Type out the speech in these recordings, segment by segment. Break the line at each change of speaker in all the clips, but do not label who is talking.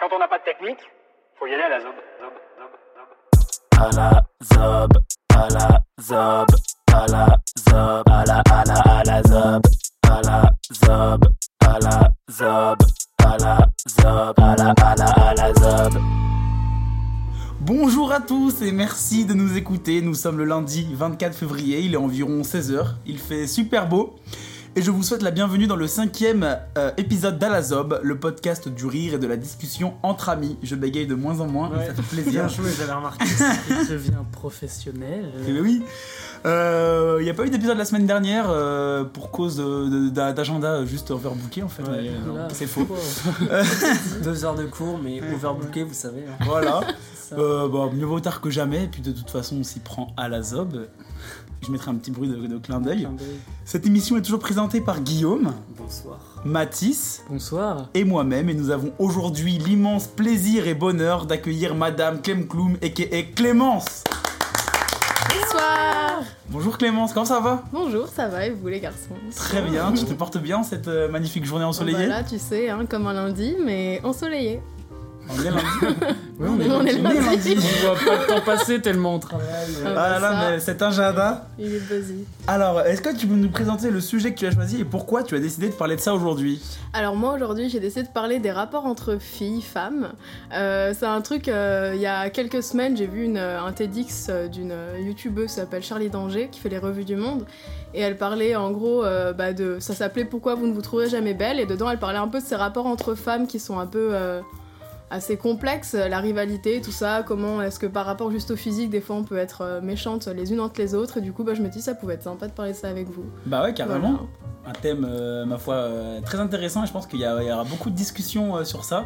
Quand on n'a pas de technique, faut y aller à la zob. zob, zob, zob.
à la zob, à la zob, à la zob, à la à la à la zob, à la zob, à la zob, à la zob, à la à la à la zob.
Bonjour à tous et merci de nous écouter. Nous sommes le lundi 24 février, il est environ 16h, il fait super beau. Et je vous souhaite la bienvenue dans le cinquième euh, épisode d'Alazob, le podcast du rire et de la discussion entre amis. Je bégaye de moins en moins, mais
Ouais.
ça fait
Bien
plaisir.
joué, j'avais remarqué. Il devient professionnel.
Mais Eh oui, Euh, il n'y a pas eu d'épisode la semaine dernière euh, pour cause de- de- d'a- d'agenda juste overbooké en fait.
Ouais,
Mais, euh,
là,
c'est faux.
Oh.
Deux heures de cours, mais overbooké, vous savez. hein.
Voilà.
Ça.
Euh, bah, mieux vaut tard que jamais, et puis de toute façon on s'y prend à la zob. Je mettrai un petit bruit de, de clin d'œil.
Clin d'œil.
Cette émission est toujours présentée par Guillaume,
Bonsoir.
Mathis
Bonsoir.
et moi-même, et nous avons aujourd'hui l'immense plaisir et bonheur d'accueillir Madame Clem Cloum, a.k.a. Clémence.
Bonsoir
Bonjour Clémence, comment ça va
Bonjour, ça va et vous les garçons
Très bien, tu te portes bien cette euh, magnifique journée ensoleillée
Voilà, tu sais, hein, comme un lundi, mais ensoleillé.
On est lundi.
Oui,
on est On est lundi. lundi.
On voit pas le temps passer tellement on travaille. euh,
Ah,
Ah là
bah, ça,
là, mais cet agenda.
Il est buzzy.
Alors, est-ce que tu peux nous présenter le sujet que tu as choisi et pourquoi tu as décidé de parler de ça aujourd'hui
Alors moi aujourd'hui j'ai décidé de parler des rapports entre filles, femmes. Euh, c'est un truc, euh, il y a quelques semaines j'ai vu une, euh, un TEDx euh, d'une euh, youtubeuse qui s'appelle Charlie Danger qui fait les revues du monde et elle parlait en gros euh, bah, de... Ça s'appelait Pourquoi vous ne vous trouverez jamais belle et dedans elle parlait un peu de ces rapports entre femmes qui sont un peu... euh, assez complexes, la rivalité, tout ça, comment est-ce que par rapport juste au physique, des fois on peut être euh, méchantes les unes entre les autres, et du coup bah, je me dis ça pouvait être sympa de parler de ça avec vous.
Bah ouais, carrément.
Voilà.
Un thème, euh, ma foi, euh, très intéressant et je pense qu'il y, a- il y aura beaucoup de discussions euh, sur ça.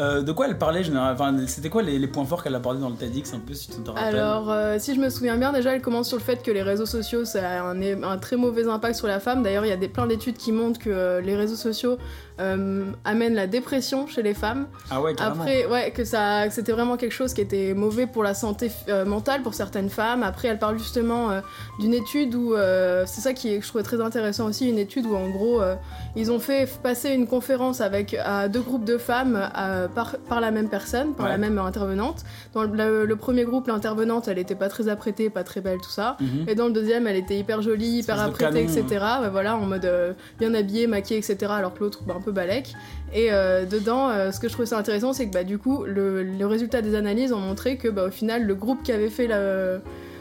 Euh, de quoi elle parlait généralement enfin, C'était quoi les, les points forts qu'elle abordait dans le TEDx un peu si tu te rappelles
Alors, euh, si je me souviens bien, déjà, elle commence sur le fait que les réseaux sociaux, ça a un, é- un très mauvais impact sur la femme. D'ailleurs, il y a des, plein d'études qui montrent que euh, les réseaux sociaux euh, amènent la dépression chez les femmes.
Ah ouais, carrément.
Après, ouais, que, ça- que c'était vraiment quelque chose qui était mauvais pour la santé euh, mentale pour certaines femmes. Après, elle parle justement euh, d'une étude où, euh, c'est ça qui est- que je trouvais très intéressant aussi, une étude où en gros, euh, ils ont fait f- passer une conférence avec à deux groupes de femmes euh, par, par la même personne, par
Ouais.
la même intervenante. Dans le, le- le premier groupe, l'intervenante, elle était pas très apprêtée, pas très belle, tout ça.
Mhm.
Et dans le deuxième, elle était hyper jolie, hyper
Espèce de
apprêtée,
canon, hein.
etc. Ouais, voilà, en mode euh, bien habillée, maquillée, etc. Alors que l'autre, bah, un peu balèque. Et euh, dedans, euh, ce que je trouvais ça intéressant, c'est que bah, du coup, le, le résultat des analyses ont montré que bah, au final, le groupe qui avait fait la,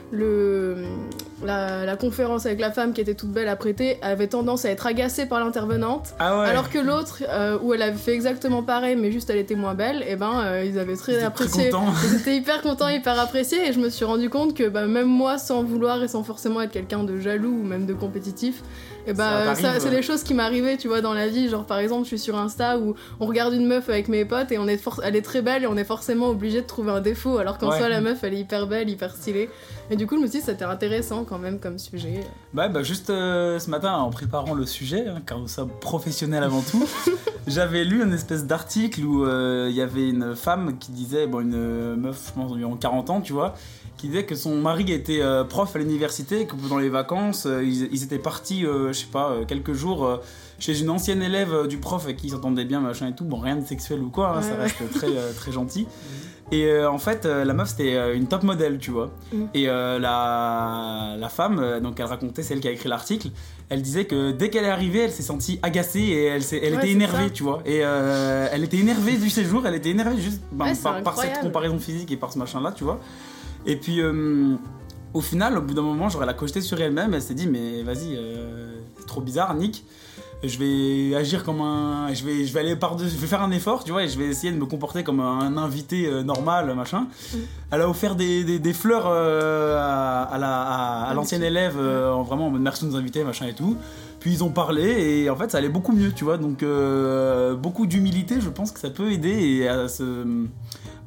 le, la, la conférence avec la femme qui était toute belle apprêtée avait tendance à être agacée par l'intervenante.
Ah ouais.
Alors que l'autre, euh, où elle avait fait exactement pareil, mais juste elle était moins belle, et ben euh, ils avaient très
J'étais
apprécié.
content.
J'étais hyper content, hyper apprécié et je me suis rendu compte que bah, même moi, sans vouloir et sans forcément être quelqu'un de jaloux ou même de compétitif, et
Ça
bah, euh,
t'arrive,
ça, c'est
ouais.
des choses qui m'arrivaient, tu vois, dans la vie. Genre par exemple, je suis sur Insta où on regarde une meuf avec mes potes et on est for- elle est très belle et on est forcément obligé de trouver un défaut, alors qu'en
Ouais.
soi la meuf elle est hyper belle, hyper stylée. Et du coup, je me suis dit c'était intéressant quand même comme sujet.
Bah, bah, juste euh, ce matin, en préparant le sujet, hein, car nous sommes professionnels avant tout, j'avais lu une espèce d'article où euh, il y avait une femme qui disait, bon, une euh, meuf, je pense, environ 40 ans, tu vois, qui disait que son mari était euh, prof à l'université et que pendant les vacances, euh, ils, ils étaient partis, euh, je sais pas, euh, quelques jours euh, chez une ancienne élève euh, du prof avec qui ils s'entendaient bien, machin et tout. Bon, rien de sexuel ou quoi, hein,
Ouais,
ça
ouais.
reste très, euh, très gentil. Et euh, en fait, euh, la meuf, c'était euh, une top modèle, tu vois.
Mm.
Et euh, la, la femme, euh, donc elle racontait, celle qui a écrit l'article, elle disait que dès qu'elle est arrivée, elle s'est sentie agacée et elle, s'est- elle
Ouais,
était
c'est
énervée,
ça.
tu vois. Et euh, elle était énervée du séjour, elle était énervée juste ben,
Ouais, c'est
par, par cette
incroyable.
comparaison physique et par ce machin-là, tu vois. Et puis, euh, au final, au bout d'un moment, genre, elle a cogité sur elle-même, elle s'est dit, mais vas-y, euh, c'est trop bizarre, Nick. Je vais agir comme un. Je vais, je vais aller par je vais faire un effort, tu vois, et je vais essayer de me comporter comme un invité euh, normal, machin. Elle a offert des, des- des fleurs euh, à, à la- à- à l'ancienne élève, euh, en vraiment en mode merci de nous inviter, machin et tout. Puis ils ont parlé et en fait ça allait beaucoup mieux, tu vois. Donc euh, beaucoup d'humilité, je pense que ça peut aider et à se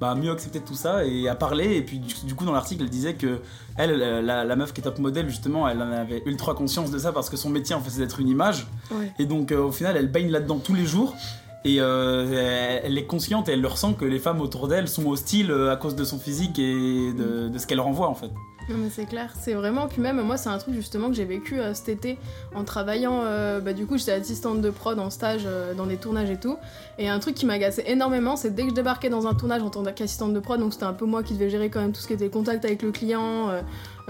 bah, mieux accepter tout ça et à parler. Et puis du, du coup dans l'article elle disait que elle, la- la, la meuf qui est top modèle justement, elle en avait ultra conscience de ça parce que son métier en fait c'est d'être une image.
Ouais.
Et donc euh, au final elle baigne là-dedans tous les jours. Et euh, elle- elle est consciente et elle le ressent que les femmes autour d'elle sont hostiles euh, à cause de son physique et de, de ce qu'elle renvoie en fait.
Non mais c'est clair, c'est vraiment, puis même moi c'est un truc justement que j'ai vécu euh, cet été en travaillant, euh, bah du coup j'étais assistante de prod en stage euh, dans des tournages et tout, et un truc qui m'agaçait énormément c'est dès que je débarquais dans un tournage en tant qu'assistante de prod, donc c'était un peu moi qui devais gérer quand même tout ce qui était contact avec le client, euh,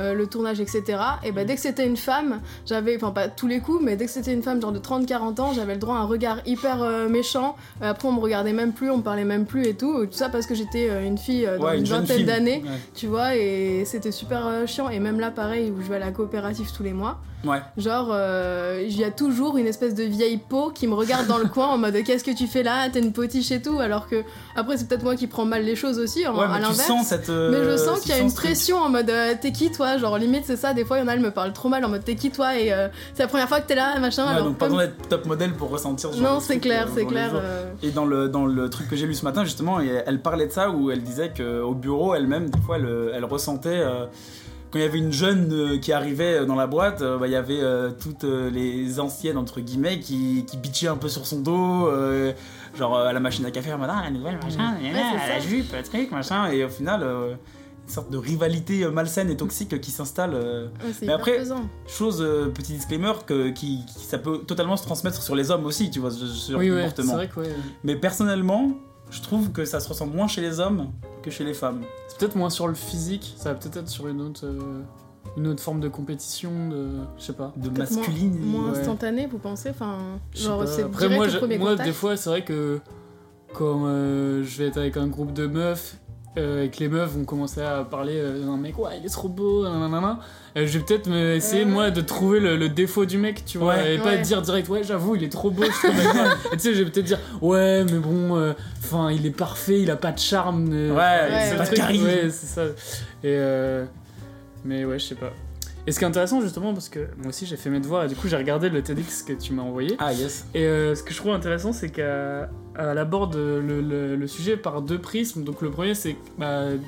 euh, le tournage etc, et
Mm.
bah dès que c'était une femme, j'avais, enfin pas tous les coups, mais dès que c'était une femme genre de 30-40 ans, j'avais le droit à un regard hyper euh, méchant, Euh, après on me regardait même plus, on me parlait même plus et tout, tout ça parce que j'étais euh, une fille euh, dans
Ouais,
une
jeune
vingtaine
fille.
d'années
Ouais.
tu vois, et c'était super euh, chiant. Et même là, pareil, où je vais à la coopérative tous les mois,
Ouais.
genre, euh, il y a toujours une espèce de vieille peau qui me regarde dans le coin en mode Qu'est-ce que tu fais là T'es une potiche et tout. Alors que, après, c'est peut-être moi qui prends mal les choses aussi, en-
Ouais,
à
mais tu
l'inverse.
sens cette. euh,
Mais je sens
tu
qu'il y a une
ce truc.
pression en mode euh, t'es qui toi Genre limite c'est ça, des fois il y en a, elle me parle trop mal en mode t'es qui toi et euh, c'est la première fois que t'es là, machin.
Ouais,
alors
donc,
comme-
pardon d'être top modèle pour ressentir. ce genre
non,
de
c'est
truc,
clair,
euh,
c'est
dans les
clair.
gens.
euh,
Et dans le, dans le truc que j'ai lu ce matin, justement, et elle parlait de ça où elle disait qu'au bureau, elle-même, des fois, elle, elle ressentait. euh, quand il y avait une jeune euh, qui arrivait dans la boîte, euh, bah, il y avait euh, toutes euh, les anciennes, entre guillemets, qui, qui bitchaient un peu sur son dos, euh, genre euh, à la machine à café, en mode, Ah, la nouvelle, machin,
Mmh. c'est
à la
ça.
jupe, le truc, machin. Et au final, euh, une sorte de rivalité euh, malsaine et toxique qui s'installe. euh,
ouais, c'est
Mais
hyper
après,
pesant.
Chose, euh, petit disclaimer, que, qui, qui- ça peut totalement se transmettre sur les hommes aussi, tu vois, ce-
Ah
ce
Oui, ouais, c'est
comportement.
vrai que ouais.
Mais personnellement, je trouve que ça se ressent moins chez les hommes que chez les femmes.
C'est peut-être moins sur le physique, ça va peut-être être sur une autre, euh, une autre forme de compétition, de, je sais pas.
De
Peut-être moins-
masculine. euh,
Moins
ouais.
instantané, vous pensez Enfin,
Je sais
genre
pas.
c'est
Après,
direct
moi,
le
je-
premier
moi,
contact.
des fois, c'est vrai que quand euh, je vais être avec un groupe de meufs euh, et que les meufs vont commencer à parler euh, d'un mec, ouais, il est trop beau, nanana, euh, je vais peut-être me- essayer,
Ouais.
moi, de trouver le, le défaut du mec, tu vois,
Ouais.
et pas
Ouais.
dire direct, ouais, j'avoue, il est trop beau, je trouve machin. Et tu sais, je vais peut-être dire, ouais, mais bon, euh, enfin, il est parfait, il a pas de charme. euh,
Ouais,
Ouais.
c'est
pas
le
de
truc,
charisme.
ouais, c'est ça. Et euh, Mais ouais, je sais pas. Et ce qui est intéressant justement, parce que moi aussi j'ai fait mes devoirs et du coup j'ai regardé le TEDx que tu m'as envoyé.
Ah yes.
Et euh, ce que je trouve intéressant, c'est qu'elle elle aborde le, le- le sujet par deux prismes. Donc le premier, c'est qu'elle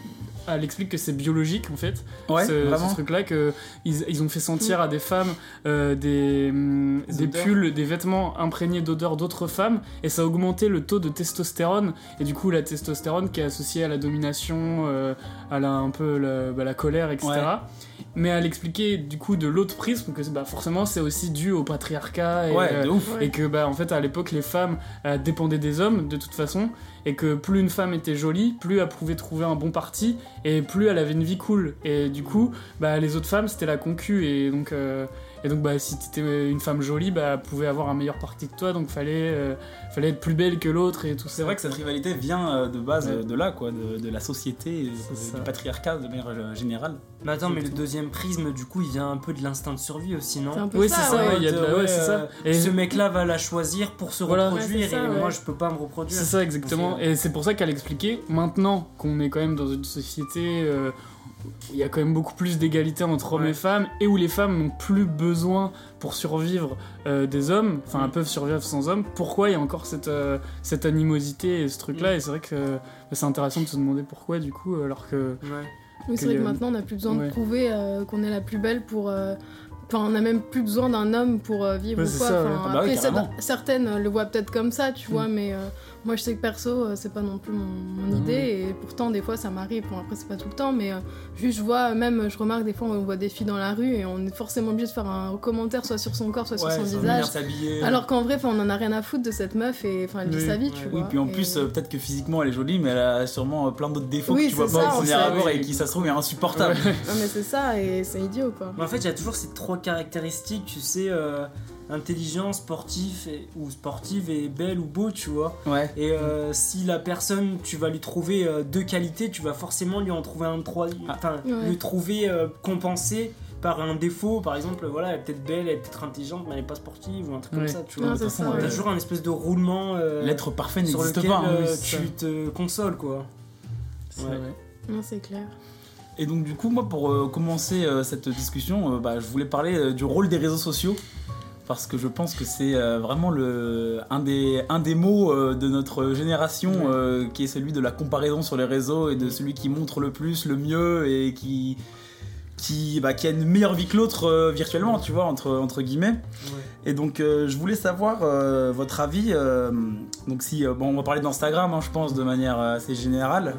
elle explique que c'est biologique en fait,
Ouais,
ce,
vraiment.
ce truc-là, que ils, ils ont fait sentir à des femmes euh, des, hum,
Des
des
odeurs.
pulls, des vêtements imprégnés d'odeurs d'autres femmes, et ça a augmenté le taux de testostérone. Et du coup, la testostérone qui est associée à la domination, euh, à la, un peu la, bah, la colère, etc. Mais à l'expliquer du coup de l'autre prisme, que bah, forcément c'est aussi dû au patriarcat et,
Ouais,
euh,
de ouf.
et que bah en fait à l'époque les femmes euh, dépendaient des hommes de toute façon et que plus une femme était jolie plus elle pouvait trouver un bon parti et plus elle avait une vie cool et du coup bah les autres femmes c'était la concu et donc euh, et donc bah si t'étais une femme jolie bah elle pouvait avoir un meilleur parti que toi donc fallait euh, fallait être plus belle que l'autre et tout
C'est vrai que cette rivalité vient euh, de base
Ouais.
euh, de là, quoi, de, de la société,
C'est
euh,
ça.
du patriarcat de manière euh, générale.
Mais attends, mais le deuxième prisme, du coup, il vient un peu de l'instinct de survie aussi, non
C'est un peu
oui c'est
ça,
ça
ouais.
ouais, il y a de la- ouais, c'est ça
euh,
et
Ce mec-là va la choisir pour se
Voilà.
reproduire
Ouais, c'est ça,
et
ouais.
moi je peux pas me reproduire.
C'est ça exactement.
C'est-
Et c'est pour ça qu'elle expliquait, maintenant qu'on est quand même dans une société euh, où il y a quand même beaucoup plus d'égalité entre hommes
Ouais.
et femmes, et où les femmes n'ont plus besoin pour survivre euh, des hommes, enfin
Mm.
elles peuvent survivre sans hommes, pourquoi il y a encore cette, euh, cette animosité et ce truc-là
Mm.
Et c'est vrai que euh, c'est intéressant de se demander pourquoi du coup, euh, alors que...
Ouais.
Oui, c'est vrai
que,
que
euh,
maintenant, on n'a plus besoin
ouais.
de prouver euh, qu'on est la plus belle pour. euh, Enfin, on n'a même plus besoin d'un homme pour euh, vivre
Ouais,
ou
c'est
quoi.
ça,
Enfin,
ouais.
Ah bah oui,
après, c'est-
carrément.
certaines euh, le voient peut-être comme ça, tu vois, mais euh, moi, je sais que perso, euh, c'est pas non plus mon, mon
Mhm.
idée. Et pourtant, des fois, ça m'arrive. Bon, après, c'est pas tout le temps, mais euh, juste, je vois, même, je remarque, des fois, on voit des filles dans la rue et on est forcément obligé de faire un commentaire, soit sur son corps, soit sur
ouais,
son
sa
visage.
manière de s'habiller. euh,
Alors qu'en vrai, enfin, on en a rien à foutre de cette meuf et enfin, elle vit
Oui,
sa vie, tu vois.
Oui, puis en
Et-
plus, euh, peut-être que physiquement elle est jolie, mais elle a sûrement euh, plein d'autres défauts
Oui,
que tu vois
c'est
pas
ça,
au
on
premier
sait.
abord et
Oui.
qui, ça se trouve, est insupportable.
Non, mais c'est ça, et c'est idiot, quoi.
Mais en fait, il y a toujours ces trois caractéristiques, tu sais, euh, intelligent, sportif et- ou sportive et belle ou beau, tu vois.
Ouais.
Et
Mm.
euh, si la personne, tu vas lui trouver euh, deux qualités, tu vas forcément lui en trouver un trois,
Ah.
enfin,
Ouais.
lui trouver euh, compensé par un défaut, par exemple, voilà, elle est peut-être belle, elle est peut-être intelligente, mais elle n'est pas sportive ou un truc
Ouais.
comme ça, tu vois.
Non,
de toute
c'est
façon,
ça.
euh,
ouais.
T'as toujours un espèce de roulement euh,
L'être parfait
sur
n'existe
lequel
pas. hein,
euh,
oui, c'est ça.
tu te consoles, quoi.
c'est
Ouais.
vrai.
Non, c'est clair.
Et donc du coup, moi, pour euh, commencer euh, cette discussion, euh, bah, je voulais parler euh, du rôle des réseaux sociaux. Parce que je pense que c'est euh, vraiment le, un, des, un des mots euh, de notre génération
Ouais.
euh, qui est celui de la comparaison sur les réseaux et de celui qui montre le plus, le mieux et qui, qui, bah, qui a une meilleure vie que l'autre euh, virtuellement, tu vois, entre, entre guillemets. Et donc, euh, je voulais savoir euh, votre avis. euh, donc, si, euh, bon, on va parler d'Instagram, hein, je pense, de manière euh, assez générale.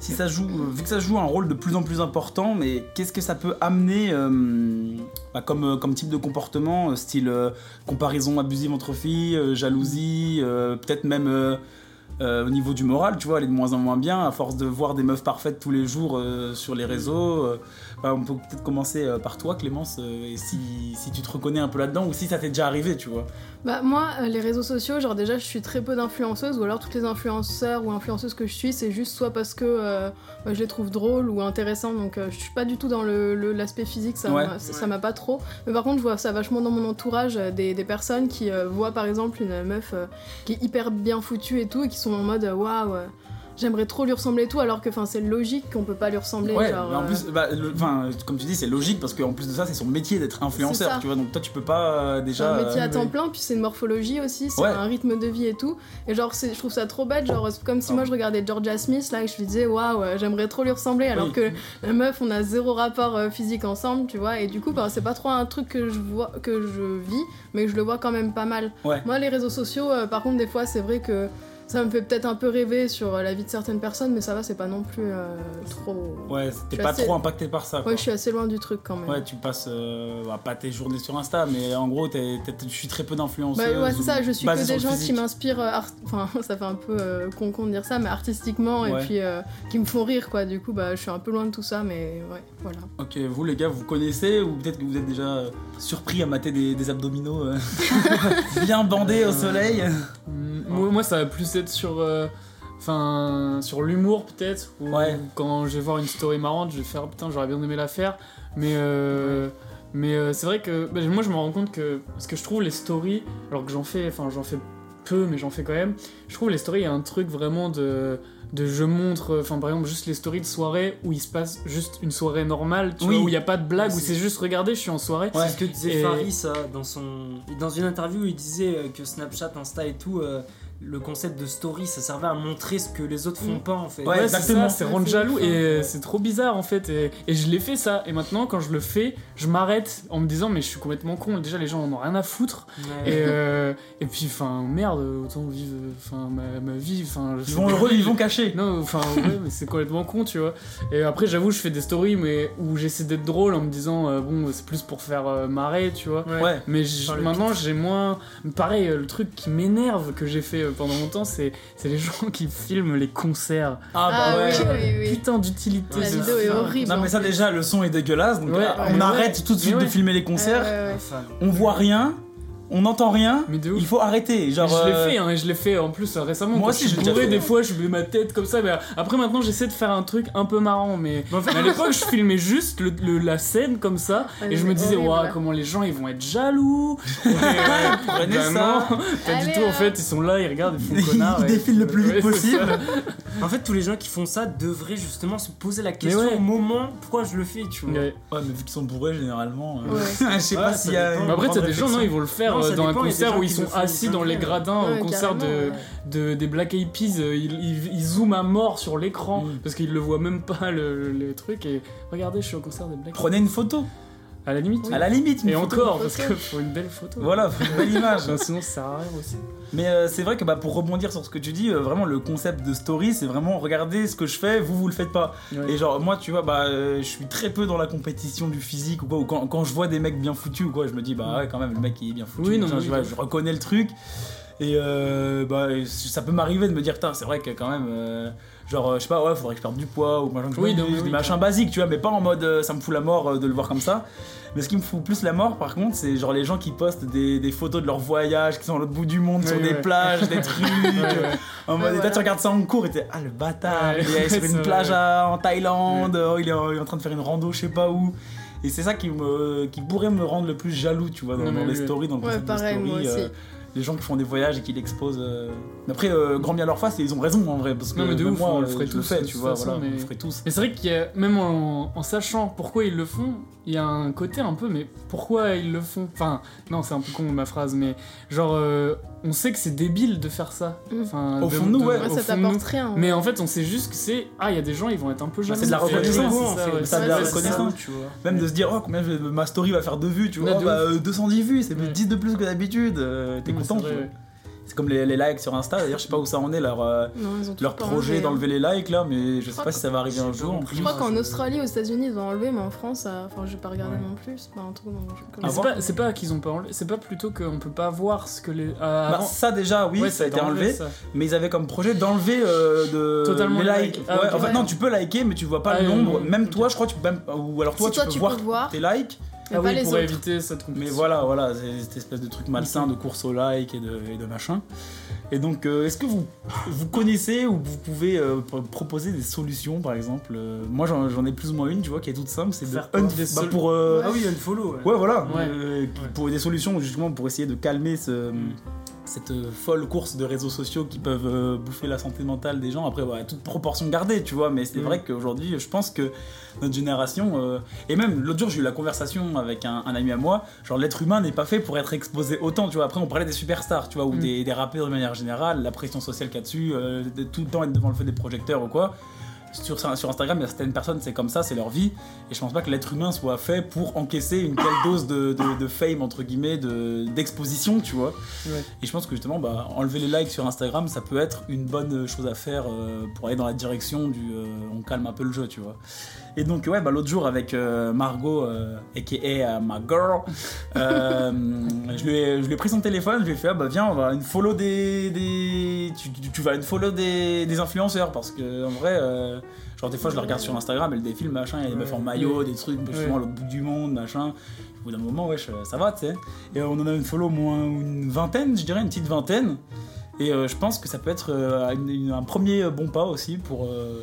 Si ça joue, euh, vu que ça joue un rôle de plus en plus important, mais qu'est-ce que ça peut amener euh, bah, comme, euh, comme type de comportement, euh, style euh, comparaison abusive entre filles, euh, jalousie, euh, peut-être même euh, euh, au niveau du moral, tu vois, aller de moins en moins bien, à force de voir des meufs parfaites tous les jours euh, sur les réseaux. euh, bah, on peut peut-être commencer euh, par toi, Clémence, euh, et si, si tu te reconnais un peu là-dedans, ou si ça t'est déjà arrivé, tu vois.
Bah moi, euh, les réseaux sociaux, genre déjà, je suis très peu d'influenceuse, ou alors toutes les influenceurs ou influenceuses que je suis, c'est juste soit parce que euh, bah, je les trouve drôles ou intéressants, donc euh, je suis pas du tout dans le- le- l'aspect physique, ça
Ouais.
m'a- ça ça m'a pas trop. Mais par contre, je vois ça vachement dans mon entourage, euh, des, des personnes qui euh, voient par exemple une meuf euh, qui est hyper bien foutue et tout, et qui sont en mode euh, waouh. euh, J'aimerais trop lui ressembler et tout, alors que 'fin, c'est logique qu'on peut pas lui ressembler.
Ouais,
genre,
mais en
euh,
plus, bah, le- enfin, comme tu dis, c'est logique parce qu'en plus de ça, c'est son métier d'être
C'est
influenceur,
ça.
tu vois. Donc toi, tu peux pas euh,
C'est
déjà.
un métier
euh,
à temps plein, puis c'est une morphologie aussi, c'est
Ouais.
un rythme de vie et tout. Et genre, c'est- je trouve ça trop bête, genre, c'est comme si
Ah.
moi je regardais Georgia Smith là et je me disais, waouh, euh, j'aimerais trop lui ressembler, alors
Oui.
que la meuf, on a zéro rapport euh, physique ensemble, tu vois. Et du coup, bah, c'est pas trop un truc que je vois, que je vis, mais je le vois quand même pas mal.
Ouais.
Moi, les réseaux sociaux, euh, par contre, des fois, c'est vrai que ça me fait peut-être un peu rêver sur euh, la vie de certaines personnes, mais ça va, c'est pas non plus euh, trop.
Ouais, t'es
Je suis
pas
assez-
trop impacté par ça. quoi.
Ouais, je suis assez loin du truc quand même.
Ouais, tu passes euh, bah, pas tes journées sur Insta, mais en gros, t'es- t'es- je suis très peu d'influenceurs.
Bah ouais, c'est ça, je suis que des gens qui
m'inspirent.
m'inspirent, euh, art- enfin ça fait un peu euh, con-con de dire ça, mais artistiquement
Ouais.
et puis euh, qui me font rire quoi. Du coup, bah je suis un peu loin de tout ça, mais ouais, voilà.
Ok, vous les gars, vous connaissez ou peut-être que vous êtes déjà euh, surpris à mater des, des abdominaux euh, bien bandés au soleil.
Mm, Moi, moi, ça va plus être sur, euh, enfin, sur l'humour peut-être. Ou
Ouais.
quand je vais voir une story marrante, je vais faire putain, j'aurais bien aimé la faire. Mais, euh, mais euh, c'est vrai que bah, moi, je me rends compte que parce que je trouve les stories, alors que j'en fais, enfin, j'en fais peu, mais j'en fais quand même. Je trouve les stories, il y a un truc vraiment de de je montre, euh, enfin par exemple juste les stories de soirée où il se passe juste une soirée normale, tu
Oui.
vois, où il n'y a pas de blague, où
C'est-
c'est juste regardez, je suis en soirée.
Ouais.
C'est ce que disait
Et-
Faris euh, dans, son... dans une interview, il disait euh, que Snapchat, Insta et tout, euh, le concept de story, ça servait à montrer ce que les autres font
Mm.
pas en fait.
Ouais,
Ouais, c'est
exactement.
ça, c'est
Ouais,
rendre
c'est
jaloux
ouf, hein.
et euh, c'est trop bizarre en fait. Et, et je l'ai fait ça. Et maintenant, quand je le fais, je m'arrête en me disant, mais je suis complètement con. Déjà, les gens en ont rien à foutre.
Ouais.
Et, euh, et puis, enfin, merde, autant vivre enfin, ma, ma vie. Enfin, je
Ils
sais
vont,
pas.
le re- ils vont cacher.
Non, enfin, ouais, mais c'est complètement con, tu vois. Et après, j'avoue, je fais des stories mais où j'essaie d'être drôle en me disant, euh, bon, c'est plus pour faire euh, marrer, tu vois.
Ouais.
Ouais.
Mais j-
Enfin, le
maintenant, j'ai moins. Pareil, euh, le truc qui m'énerve que j'ai fait euh, pendant longtemps, c'est c'est les gens qui filment les concerts
Ah bah ouais.
oui, oui, oui.
Euh, putain d'utilité.
La
de
vidéo est
fin.
horrible.
Non mais ça
en plus.
déjà le son est dégueulasse donc
Ouais,
ah,
mais
on
ouais.
arrête tout de suite
Mais
de
ouais.
filmés les
Ouais,
concerts,
ouais, ouais.
Enfin,
on voit rien, on n'entend rien,
Mais de
il
ouf.
faut arrêter. Genre
je l'ai
euh,
fait, hein, et je l'ai fait en plus euh, récemment.
Moi
Quand
aussi,
je
je
suis
l'ai
bourré,
déjà fait.
des fois je mets ma tête comme ça. Mais après maintenant j'essaie de faire un truc un peu marrant. Mais,
Mais en fait-
mais à l'époque je filmais juste le- le- la scène comme ça
Ouais,
et je
c'est
me disais
horrible.
waouh comment les gens ils vont être jaloux. Et, euh,
Prenez
vraiment,
ça.
Pas du
Allez, hein.
tout en
hop.
fait ils sont là ils regardent ils font
Ils
connards. et-
défilent le plus vite
Ouais, c'est
possible.
ça.
en fait, tous les gens qui font ça devraient justement se poser la question
ouais.
au moment pourquoi je le fais, tu vois.
Ouais.
Ouais mais vu qu'ils sont bourrés généralement, euh,
Ouais.
je sais
Ouais,
pas
ça
s'il y a...
dépend.
une
Mais Bah, après,
grande
t'as des gens, non,
réflexion.
ils vont le faire
Non,
euh,
ça
dans un
dépend, il y a des
concert
gens
où ils
qui le
sont
font
assis dans les
jamais.
gradins,
Ouais,
au concert de,
carrément, ouais.
de- des Black Eyed Peas, euh, ils, ils- ils zooment à mort sur l'écran
Mm.
parce qu'ils le voient même pas le, le truc. Et regardez, je suis au concert des Black Eyed
Prenez une photo,
Peas. À la limite.
à la limite. une
Et
photo.
encore,
une
parce
photo.
que faut une belle photo.
Voilà, une belle image.
Enfin, sinon, ça sert à rien aussi.
Mais euh, c'est vrai que bah, pour rebondir sur ce que tu dis, euh, vraiment le concept de story, c'est vraiment regardez ce que je fais, vous vous le faites pas.
Ouais.
Et genre moi, tu vois, bah, euh, je suis très peu dans la compétition du physique ou quoi. Ou quand, quand je vois des mecs bien foutus ou quoi, je me dis bah ouais, quand même le mec il est bien foutu.
Oui, non,
machin,
mais
je,
oui,
vois,
oui.
je reconnais le truc. Et euh, bah et c- ça peut m'arriver de me dire putain c'est vrai que quand même euh, genre euh, je sais pas ouais faudrait que je perde du poids ou machin que je
Oui,
mange,
non, mais
des
oui,
machins basiques tu vois mais pas en mode euh, ça me fout la mort euh, de le voir comme ça mais ce qui me fout plus la mort par contre c'est genre les gens qui postent des, des photos de leur voyage qui sont à l'autre bout du monde sur
Oui,
des
ouais.
plages des trucs
Ouais, ouais.
en mode, et
Ouais,
toi,
voilà.
tu regardes ça en cours et t'es, ah le bâtard,
Ouais,
il est sur
ouais,
une
ça,
plage
ouais.
à- en Thaïlande, oh, il, est en, il est en train de faire une rando, je sais pas où. Et c'est ça qui, me, qui pourrait me rendre le plus jaloux, tu vois, dans,
Non, mais
dans les
oui, oui.
stories, dans le
Ouais,
concept
pareil,
de
moi
story.
aussi.
les gens qui font des voyages et qui l'exposent. euh. Mais Après, euh, grand bien leur face, et ils ont raison en vrai, parce que
Non, mais de
même
ouf,
moi,
on le
euh,
ferait
je
tous,
fais,
de
tu
toute
vois,
façon,
voilà, on
mais-
le ferait tous.
Mais c'est vrai qu'il y a, même en, en sachant pourquoi ils le font, il y a un côté un peu, mais pourquoi ils le font Enfin, non, c'est un peu con ma phrase, mais genre, euh, on sait que c'est débile de faire ça.
Mm.
Enfin,
Au fond de nous, ouais.
Moi,
au
ça
fond de nous.
t'apporte rien. hein.
Mais en fait, on sait juste que c'est ah, il y a des gens, ils vont être un peu jaloux.
Bah, c'est de la
Et-
reconnaissance,
ouais,
en
c'est ça,
fait.
ouais.
Ça, de la
Ouais, c'est
reconnaissance.
tu vois.
Même de se dire, oh, combien je vais- ma story va faire de vues, tu vois.
Ouais, de
bah, euh, 210 vues, c'est
Ouais.
10 de plus que d'habitude. euh, T'es
Ouais,
content,
c'est
tu
vrai,
vois.
ouais.
C'est comme les, les likes sur Insta. D'ailleurs, je sais pas où ça en est, leur, euh,
Non, ils ont tout
leur
pas
projet
enlevé.
d'enlever les likes là, mais je sais
hein. crois
pas si ça va arriver un
j'ai
jour.
pas
en
compris.
Je
plus.
crois qu'en
Ouais.
Australie, aux États-Unis, ils ont enlevé, mais en France, euh, enfin, je vais pas regarder
Ouais. Ah,
non plus. C'est pas un truc dans- comme
Mais
À
ça.
C'est pas, c'est pas qu'ils ont pas enlevé, c'est pas plutôt qu'on peut pas voir ce que les. ah,
Bah,
avant-
ça déjà, oui,
Ouais,
ça a été
d'enlever
enlevé,
ça.
mais ils avaient comme projet d'enlever euh, de
Totalement
les
les
likes.
likes. Ah,
ouais,
ok.
en fait,
Ouais.
non, tu peux liker, mais tu vois pas
Ah,
le nombre.
euh,
Même
ok.
toi, je crois, tu peux même, ou alors toi,
Si toi,
tu,
tu
peux,
peux
voir
voir.
tes likes,
Mais
Ah
pas
oui,
les
pour
autres.
éviter cette compétition.
mais voilà, voilà, c'est cette espèce de truc malsain de course au like et de, et de machin. Et donc, euh, est-ce que vous, vous connaissez ou vous pouvez euh, pro- proposer des solutions, par exemple euh, Moi, j'en j'en ai plus ou moins une, tu vois, qui est toute simple, c'est de
Faire quoi
hunt
Des
bah,
sol-
pour euh,
Ah oui, unfollow. Ouais.
Ouais, voilà.
Ouais.
Euh, qui-
Ouais.
Pour des solutions, justement, pour essayer de calmer ce- euh,
Mm.
cette euh, folle course de réseaux sociaux qui peuvent euh, bouffer la santé mentale des gens. Après, voilà, toute proportion gardée, tu vois. Mais c'est
Mm.
vrai qu'aujourd'hui, je pense que notre génération. euh, et même l'autre jour, j'ai eu la conversation avec un, un ami à moi. Genre, l'être humain n'est pas fait pour être exposé autant, tu vois. Après, on parlait des superstars, tu vois, ou
Mm.
des, des rappeurs de manière générale, la pression sociale qu'il y a dessus, euh, de tout le temps être devant le feu des projecteurs ou quoi. Sur, sur Instagram, il y a certaines personnes, c'est comme ça, c'est leur vie. Et je pense pas que l'être humain soit fait pour encaisser une telle dose de, de- de fame, entre guillemets, de- d'exposition, tu vois.
Ouais.
Et je pense que justement, bah, enlever les likes sur Instagram, ça peut être une bonne chose à faire euh, pour aller dans la direction du euh, on calme un peu le jeu, tu vois. Et donc, ouais, bah, l'autre jour avec euh, Margot, euh, aka euh, ma girl, euh, je, lui ai, je lui ai pris son téléphone, je lui ai fait, ah, bah viens, on va une follow des. des- tu, tu- tu vas une follow des, des influenceurs, parce que en vrai. euh, Genre des fois je la regarde sur Instagram, elle défile, machin, il y a des meufs en maillot, des trucs, justement à l'autre bout du monde, machin. Au bout d'un moment, wesh, euh, ça va, tu sais. Et euh, on en a une follow moins une vingtaine, je dirais, une petite vingtaine. Et euh, je pense que ça peut être euh, une- une- un premier euh, bon pas aussi pour... euh,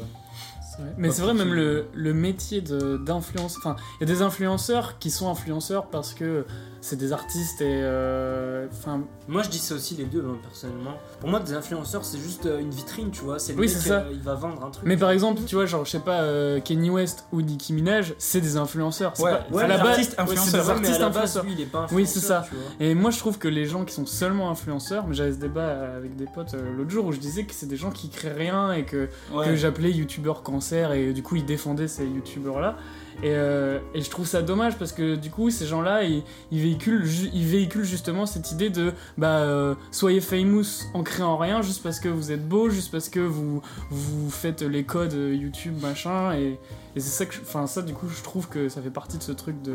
C'est vrai. Mais c'est vrai, même le, le métier de- d'influence. Enfin, il y a des influenceurs qui sont influenceurs parce que c'est des artistes et. euh, Enfin,
Moi, je dis c'est aussi les deux, hein, personnellement. Pour moi, des influenceurs, c'est juste euh, une vitrine, tu vois. C'est le
Oui,
mec,
c'est ça.
euh, il va vendre un truc.
mais par exemple, tu vois, genre, je sais pas, euh, Kenny West ou Nicki Minaj, c'est des influenceurs. C'est
Ouais,
pas-
ouais,
à la
des
base-
artistes
ouais, c'est des
influenceurs.
Ouais, mais à
artistes
la base,
influenceurs.
lui, il est pas
Oui, c'est ça.
influenceur, tu vois.
Et moi, je trouve que les gens qui sont seulement influenceurs, mais j'avais ce débat avec des potes euh, l'autre jour où je disais que c'est des gens qui créent rien et que,
ouais.
que j'appelais youtubeurs cancer et du coup, ils défendaient ces youtubeurs-là. Et, euh, et je trouve ça dommage parce que du coup, ces gens-là, ils, ils véhiculent, ju- ils véhiculent justement cette idée de bah, euh, soyez famous en créant rien juste parce que vous êtes beau, juste parce que vous, vous faites les codes euh, YouTube, machin. Et, et c'est ça que, je- enfin, ça du coup, je trouve que ça fait partie de ce truc de.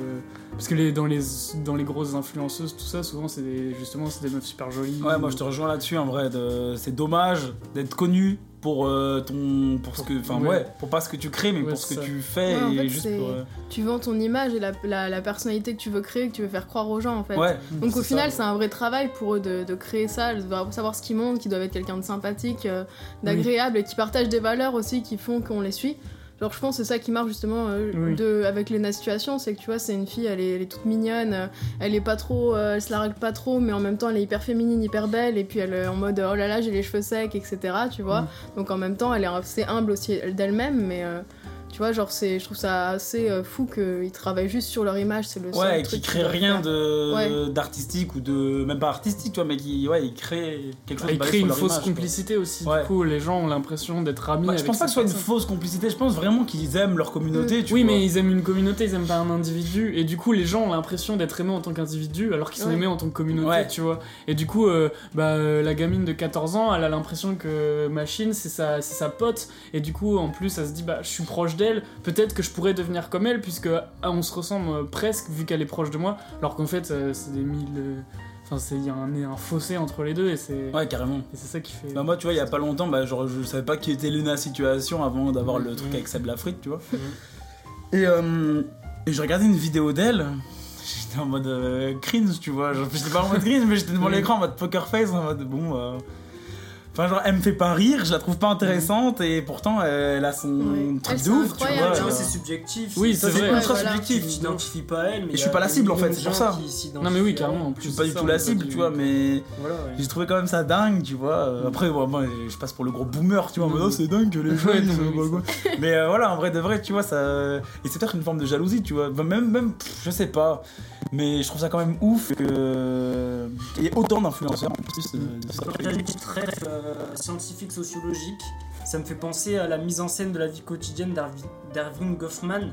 Parce que les, dans, les, dans les grosses influenceuses, tout ça, souvent, c'est des- justement c'est des meufs super jolies.
Ouais, moi je te rejoins là-dessus en vrai. de- C'est dommage d'être connu pour euh, ton, pour ce que, enfin
Ouais.
ouais. pour pas ce que tu crées, mais
Ouais,
pour ce
c'est
que
ça.
tu fais
Ouais, en
et
fait,
juste
c'est-
pour. euh,
Tu vends ton image et la, la- la personnalité que tu veux créer, que tu veux faire croire aux gens, en fait.
Ouais.
Donc au
Mm, c'est
final,
ça.
c'est un vrai travail pour eux de, de créer ça, de savoir ce qu'ils montrent, qu'ils doivent être quelqu'un de sympathique, euh, d'agréable et qui partagent des valeurs aussi qui font qu'on les suit. Genre, je pense que c'est ça qui marche justement euh,
Oui.
de, avec Lena Situation, c'est que tu vois, c'est une fille, elle est, elle est toute mignonne, euh, elle est pas trop, euh, elle se la règle pas trop, mais en même temps, elle est hyper féminine, hyper belle, et puis elle est en mode oh là là, j'ai les cheveux secs, etc. Tu vois,
Mm.
donc en même temps, elle est assez humble aussi d'elle-même, mais euh, tu vois, genre, c'est, je trouve ça assez euh, fou qu'ils travaillent juste sur leur image, c'est le seul
Ouais, et
truc
qui
qu'ils
crée
doivent
rien
faire.
de d'artistique ou de même pas artistique, toi, mais qui ouais, Ah, bah, il crée quelque chose.
Ils
basé
créent
sur
une
leur
fausse
image, quoi.
complicité aussi.
Ouais.
Du coup, les gens ont l'impression d'être amis.
Bah, je
avec
pense pas que ce
ces
soit une
personnes.
fausse complicité. Je pense vraiment qu'ils aiment leur communauté. Tu
Oui,
vois.
mais ils aiment une communauté, ils aiment pas un individu. Et du coup, les gens ont l'impression d'être aimés en tant qu'individu, alors qu'ils sont
Ouais.
aimés en tant que communauté,
Ouais.
tu vois. Et du coup, euh, bah, euh, la gamine de 14 ans, elle a l'impression que Machine, c'est sa, c'est sa pote. Et du coup, en plus, elle se dit, bah, je suis proche d'elle, peut-être que je pourrais devenir comme elle, puisque ah, on se ressemble euh, presque, vu qu'elle est proche de moi. Alors qu'en fait, euh, c'est des mille. euh, Enfin, c'est- il y a un, un fossé entre les deux, et c'est
Ouais, carrément.
et c'est ça qui fait.
Bah, moi, tu vois, il y a pas longtemps, bah, genre, je savais pas qui était Luna Situation avant d'avoir le truc
Mm.
Mhm.
avec Seb Lafrite, tu vois. Et, euh, et je regardais une vidéo d'elle. J'étais en mode euh, cringe, tu vois. Genre, J'étais pas en mode cringe, mais j'étais devant
Oui.
l'écran en mode poker face, en mode bon. euh, Enfin, genre, elle me fait pas rire, je la trouve pas
Mm.
intéressante, et pourtant, elle a son
Ouais.
truc
Elle,
de
c'est
ouf, tu
incroyable,
vois.
hein.
Tu vois,
euh,
c'est subjectif.
Oui,
ça,
c'est
c'est
vrai.
ultra
Ouais, voilà.
subjectif.
Tu t'identifies pas à elle, mais.
Et je suis pas la cible, en fait, c'est pour ça.
Non, mais oui, carrément. En plus,
Je suis pas du
ça,
tout
on
la
est pas
cible,
du-
tu vois, mais.
Voilà, ouais.
J'ai trouvé quand même ça dingue, tu vois. Euh, Après, bon, moi, je passe pour le gros boomer, tu vois. en mode,
Non.
Oh, c'est dingue, les gens.
Ouais,
ils
non,
sont
mais
pas
oui,
quoi. mais euh, voilà, en vrai de vrai, tu vois, ça. Et c'est peut-être une forme de jalousie, tu vois. Bah, même, même pff, je sais pas. Mais je trouve ça quand même ouf que- qu'il y ait autant d'influenceurs en plus. euh, de ça.
J'ai une petite rêve euh, scientifique sociologique. Ça me fait penser à la mise en scène de la vie quotidienne d'Arvi- d'Irving Goffman,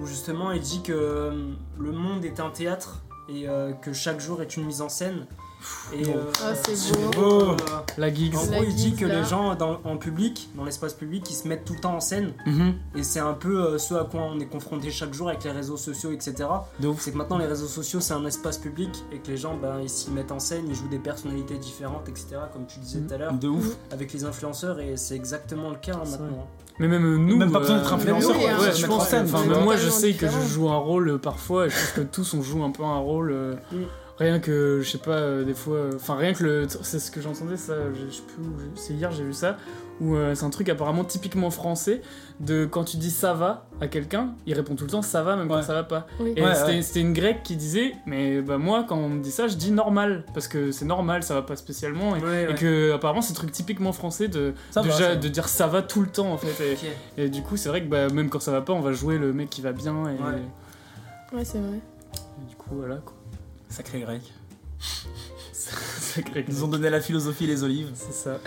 où justement il dit que euh, le monde est un théâtre et euh, que chaque jour est une mise en scène. Et,
non.
Ah, c'est
euh,
beau.
euh,
La gigs.
en
La
gros, il dit
guise,
que
là.
les gens dans- en public, dans l'espace public, ils se mettent tout le temps en scène.
Mhm,
Et c'est un peu euh, ce à quoi on est confronté chaque jour avec les réseaux sociaux, etc.
de ouf.
C'est que maintenant les réseaux sociaux c'est un espace public et que les gens ben, ils s'y mettent en scène, ils jouent des personnalités différentes, etc. Comme tu disais tout à l'heure,
De ouf.
avec les influenceurs et c'est exactement le cas hein,
C'est
maintenant.
Mais même euh, nous.
Même pas besoin d'être
euh,
influenceur,
Mais oui,
ouais,
hein,
je
mettre
en
pense.
scène,
Enfin,
c'est
même moi, je
totalement
sais que je
différent.
joue un rôle euh, parfois. et Je pense que tous, on joue un peu un rôle. euh,
Mm.
Rien que, je sais pas, euh, des fois. euh, Enfin, rien que le. C'est ce que j'entendais, ça. Je je sais plus où. j'ai- C'est hier, j'ai vu ça. Où euh, c'est un truc apparemment typiquement français. De quand tu dis ça va à quelqu'un, il répond tout le temps ça va, même
Ouais.
quand ça va pas.
Oui.
Et
Ouais,
c'était
ouais.
c'était une grecque qui disait, mais bah, moi, quand on me dit ça, je dis normal. Parce que c'est normal, ça va pas spécialement.
hein.
Et, et que, apparemment, c'est un truc typiquement français de,
Ça
de,
va,
ja-
ça.
de dire ça va tout le temps, en fait. Et-
Ok.
et du coup, c'est vrai que bah, même quand ça va pas, on va jouer le mec qui va bien. Et,
Ouais.
Ouais, c'est vrai.
et du coup, voilà quoi.
Sacré grec.
Sacré
Ils nous ont donné la philosophie, les olives.
C'est ça.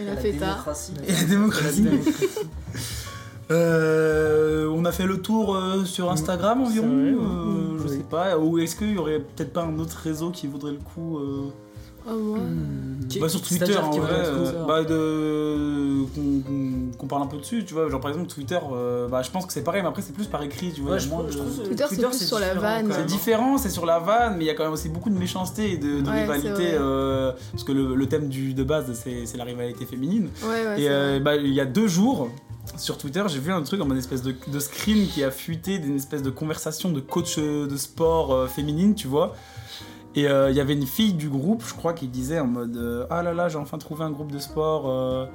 Et la feta.
démocratie.
Et la démocratie. Euh, on a fait le tour euh, sur Instagram environ,
C'est vrai,
euh,
ouais.
je
Oui.
sais pas. Ou est-ce qu'il y aurait peut-être pas un autre réseau qui vaudrait le coup euh,
Oh, moi.
Qui-
bah, sur
c'est-à-dire
Twitter en
qu'il
vrai,
vaudrait le coup,
euh,
ça.
bah, de- qu'on- qu'on- qu'on parle un peu dessus, tu vois. Genre par exemple Twitter, euh, bah, je pense que c'est pareil, mais après c'est plus par écrit, tu vois.
Ouais,
il y a
je
moins
trouve- je
de-
trouve que
Twitter, c'est plus sur la
différent,
vanne.
quand
C'est
C'est
même. hein.
différent, c'est sur la vanne, mais il y a quand même aussi beaucoup de méchanceté et de, de
Ouais, c'est
rivalité.
vrai.
euh, parce que le, le thème du, de base, c'est c'est la rivalité féminine.
Ouais, ouais.
Et
c'est
euh,
vrai.
bah, il y a deux jours, sur Twitter, j'ai vu un truc comme une espèce de, de screen qui a fuité d'une espèce de conversation de coach euh, de sport euh, féminine, tu vois. Et euh, il y avait une fille du groupe, je crois, qui disait en mode euh, Ah là là, j'ai enfin trouvé un groupe de sport. euh,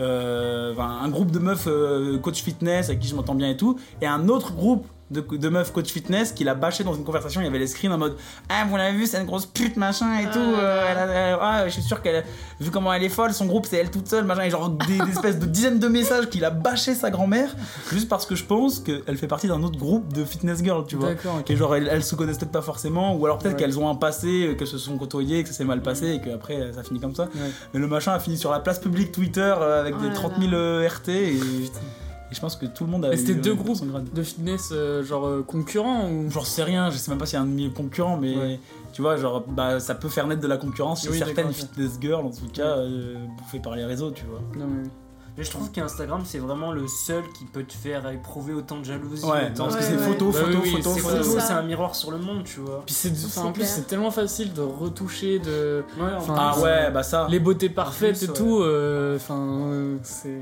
euh, enfin, un groupe de meufs euh, coach fitness avec qui je m'entends bien et tout. Et un autre groupe de, de meufs coach fitness qui l'a bâché dans une conversation. Il y avait les screens en mode Ah, vous l'avez vu, c'est une grosse pute, machin et
Ah
tout.
là
euh,
là.
elle a- elle a- ah, je suis sûr qu'elle vu comment elle est folle, son groupe c'est elle toute seule, machin, et genre des, des espèces de dizaines de messages qu'il a bâché sa grand-mère, juste parce que je pense qu'elle fait partie d'un autre groupe de fitness girl, tu vois.
D'accord, ok.
Et genre elles, elles se connaissent peut-être pas forcément, ou alors peut-être
Ouais.
qu'elles ont un passé, euh, qu'elles se sont côtoyées, que ça s'est mal passé, et qu'après euh, ça finit comme ça.
Ouais.
Mais le machin a fini sur la place publique Twitter euh, avec
Oh
des
là
30
là.
000 euh, RT, et, et je pense que tout le monde a.
Et c'était
eu, euh,
deux groupes.
son grade.
De fitness, euh, genre euh, concurrent ou.
J'en sais rien, je sais même pas s'il y a un demi concurrent, mais
Ouais.
tu vois, genre, bah, ça peut faire naître de la concurrence chez
Oui,
certaines
d'accord,
fitness girls, en tout cas, euh, bouffées par les réseaux, tu vois.
Non, mais oui.
Mais je trouve qu'Instagram c'est vraiment le seul qui peut te faire éprouver autant de jalousie.
Ouais,
autant
parce
de-
que c'est
ouais.
photo,
Bah
photo,
oui, oui,
photo,
C'est
photo.
faux,
ça.
c'est un miroir sur le monde, tu vois.
Puis c'est, enfin, en
C'est
plus,
clair.
c'est tellement facile de retoucher, de.
Ouais, en
Enfin,
plus,
Ah ouais, bah ça.
Les beautés parfaites
plus,
et
ouais.
tout. euh, Enfin, euh, c'est.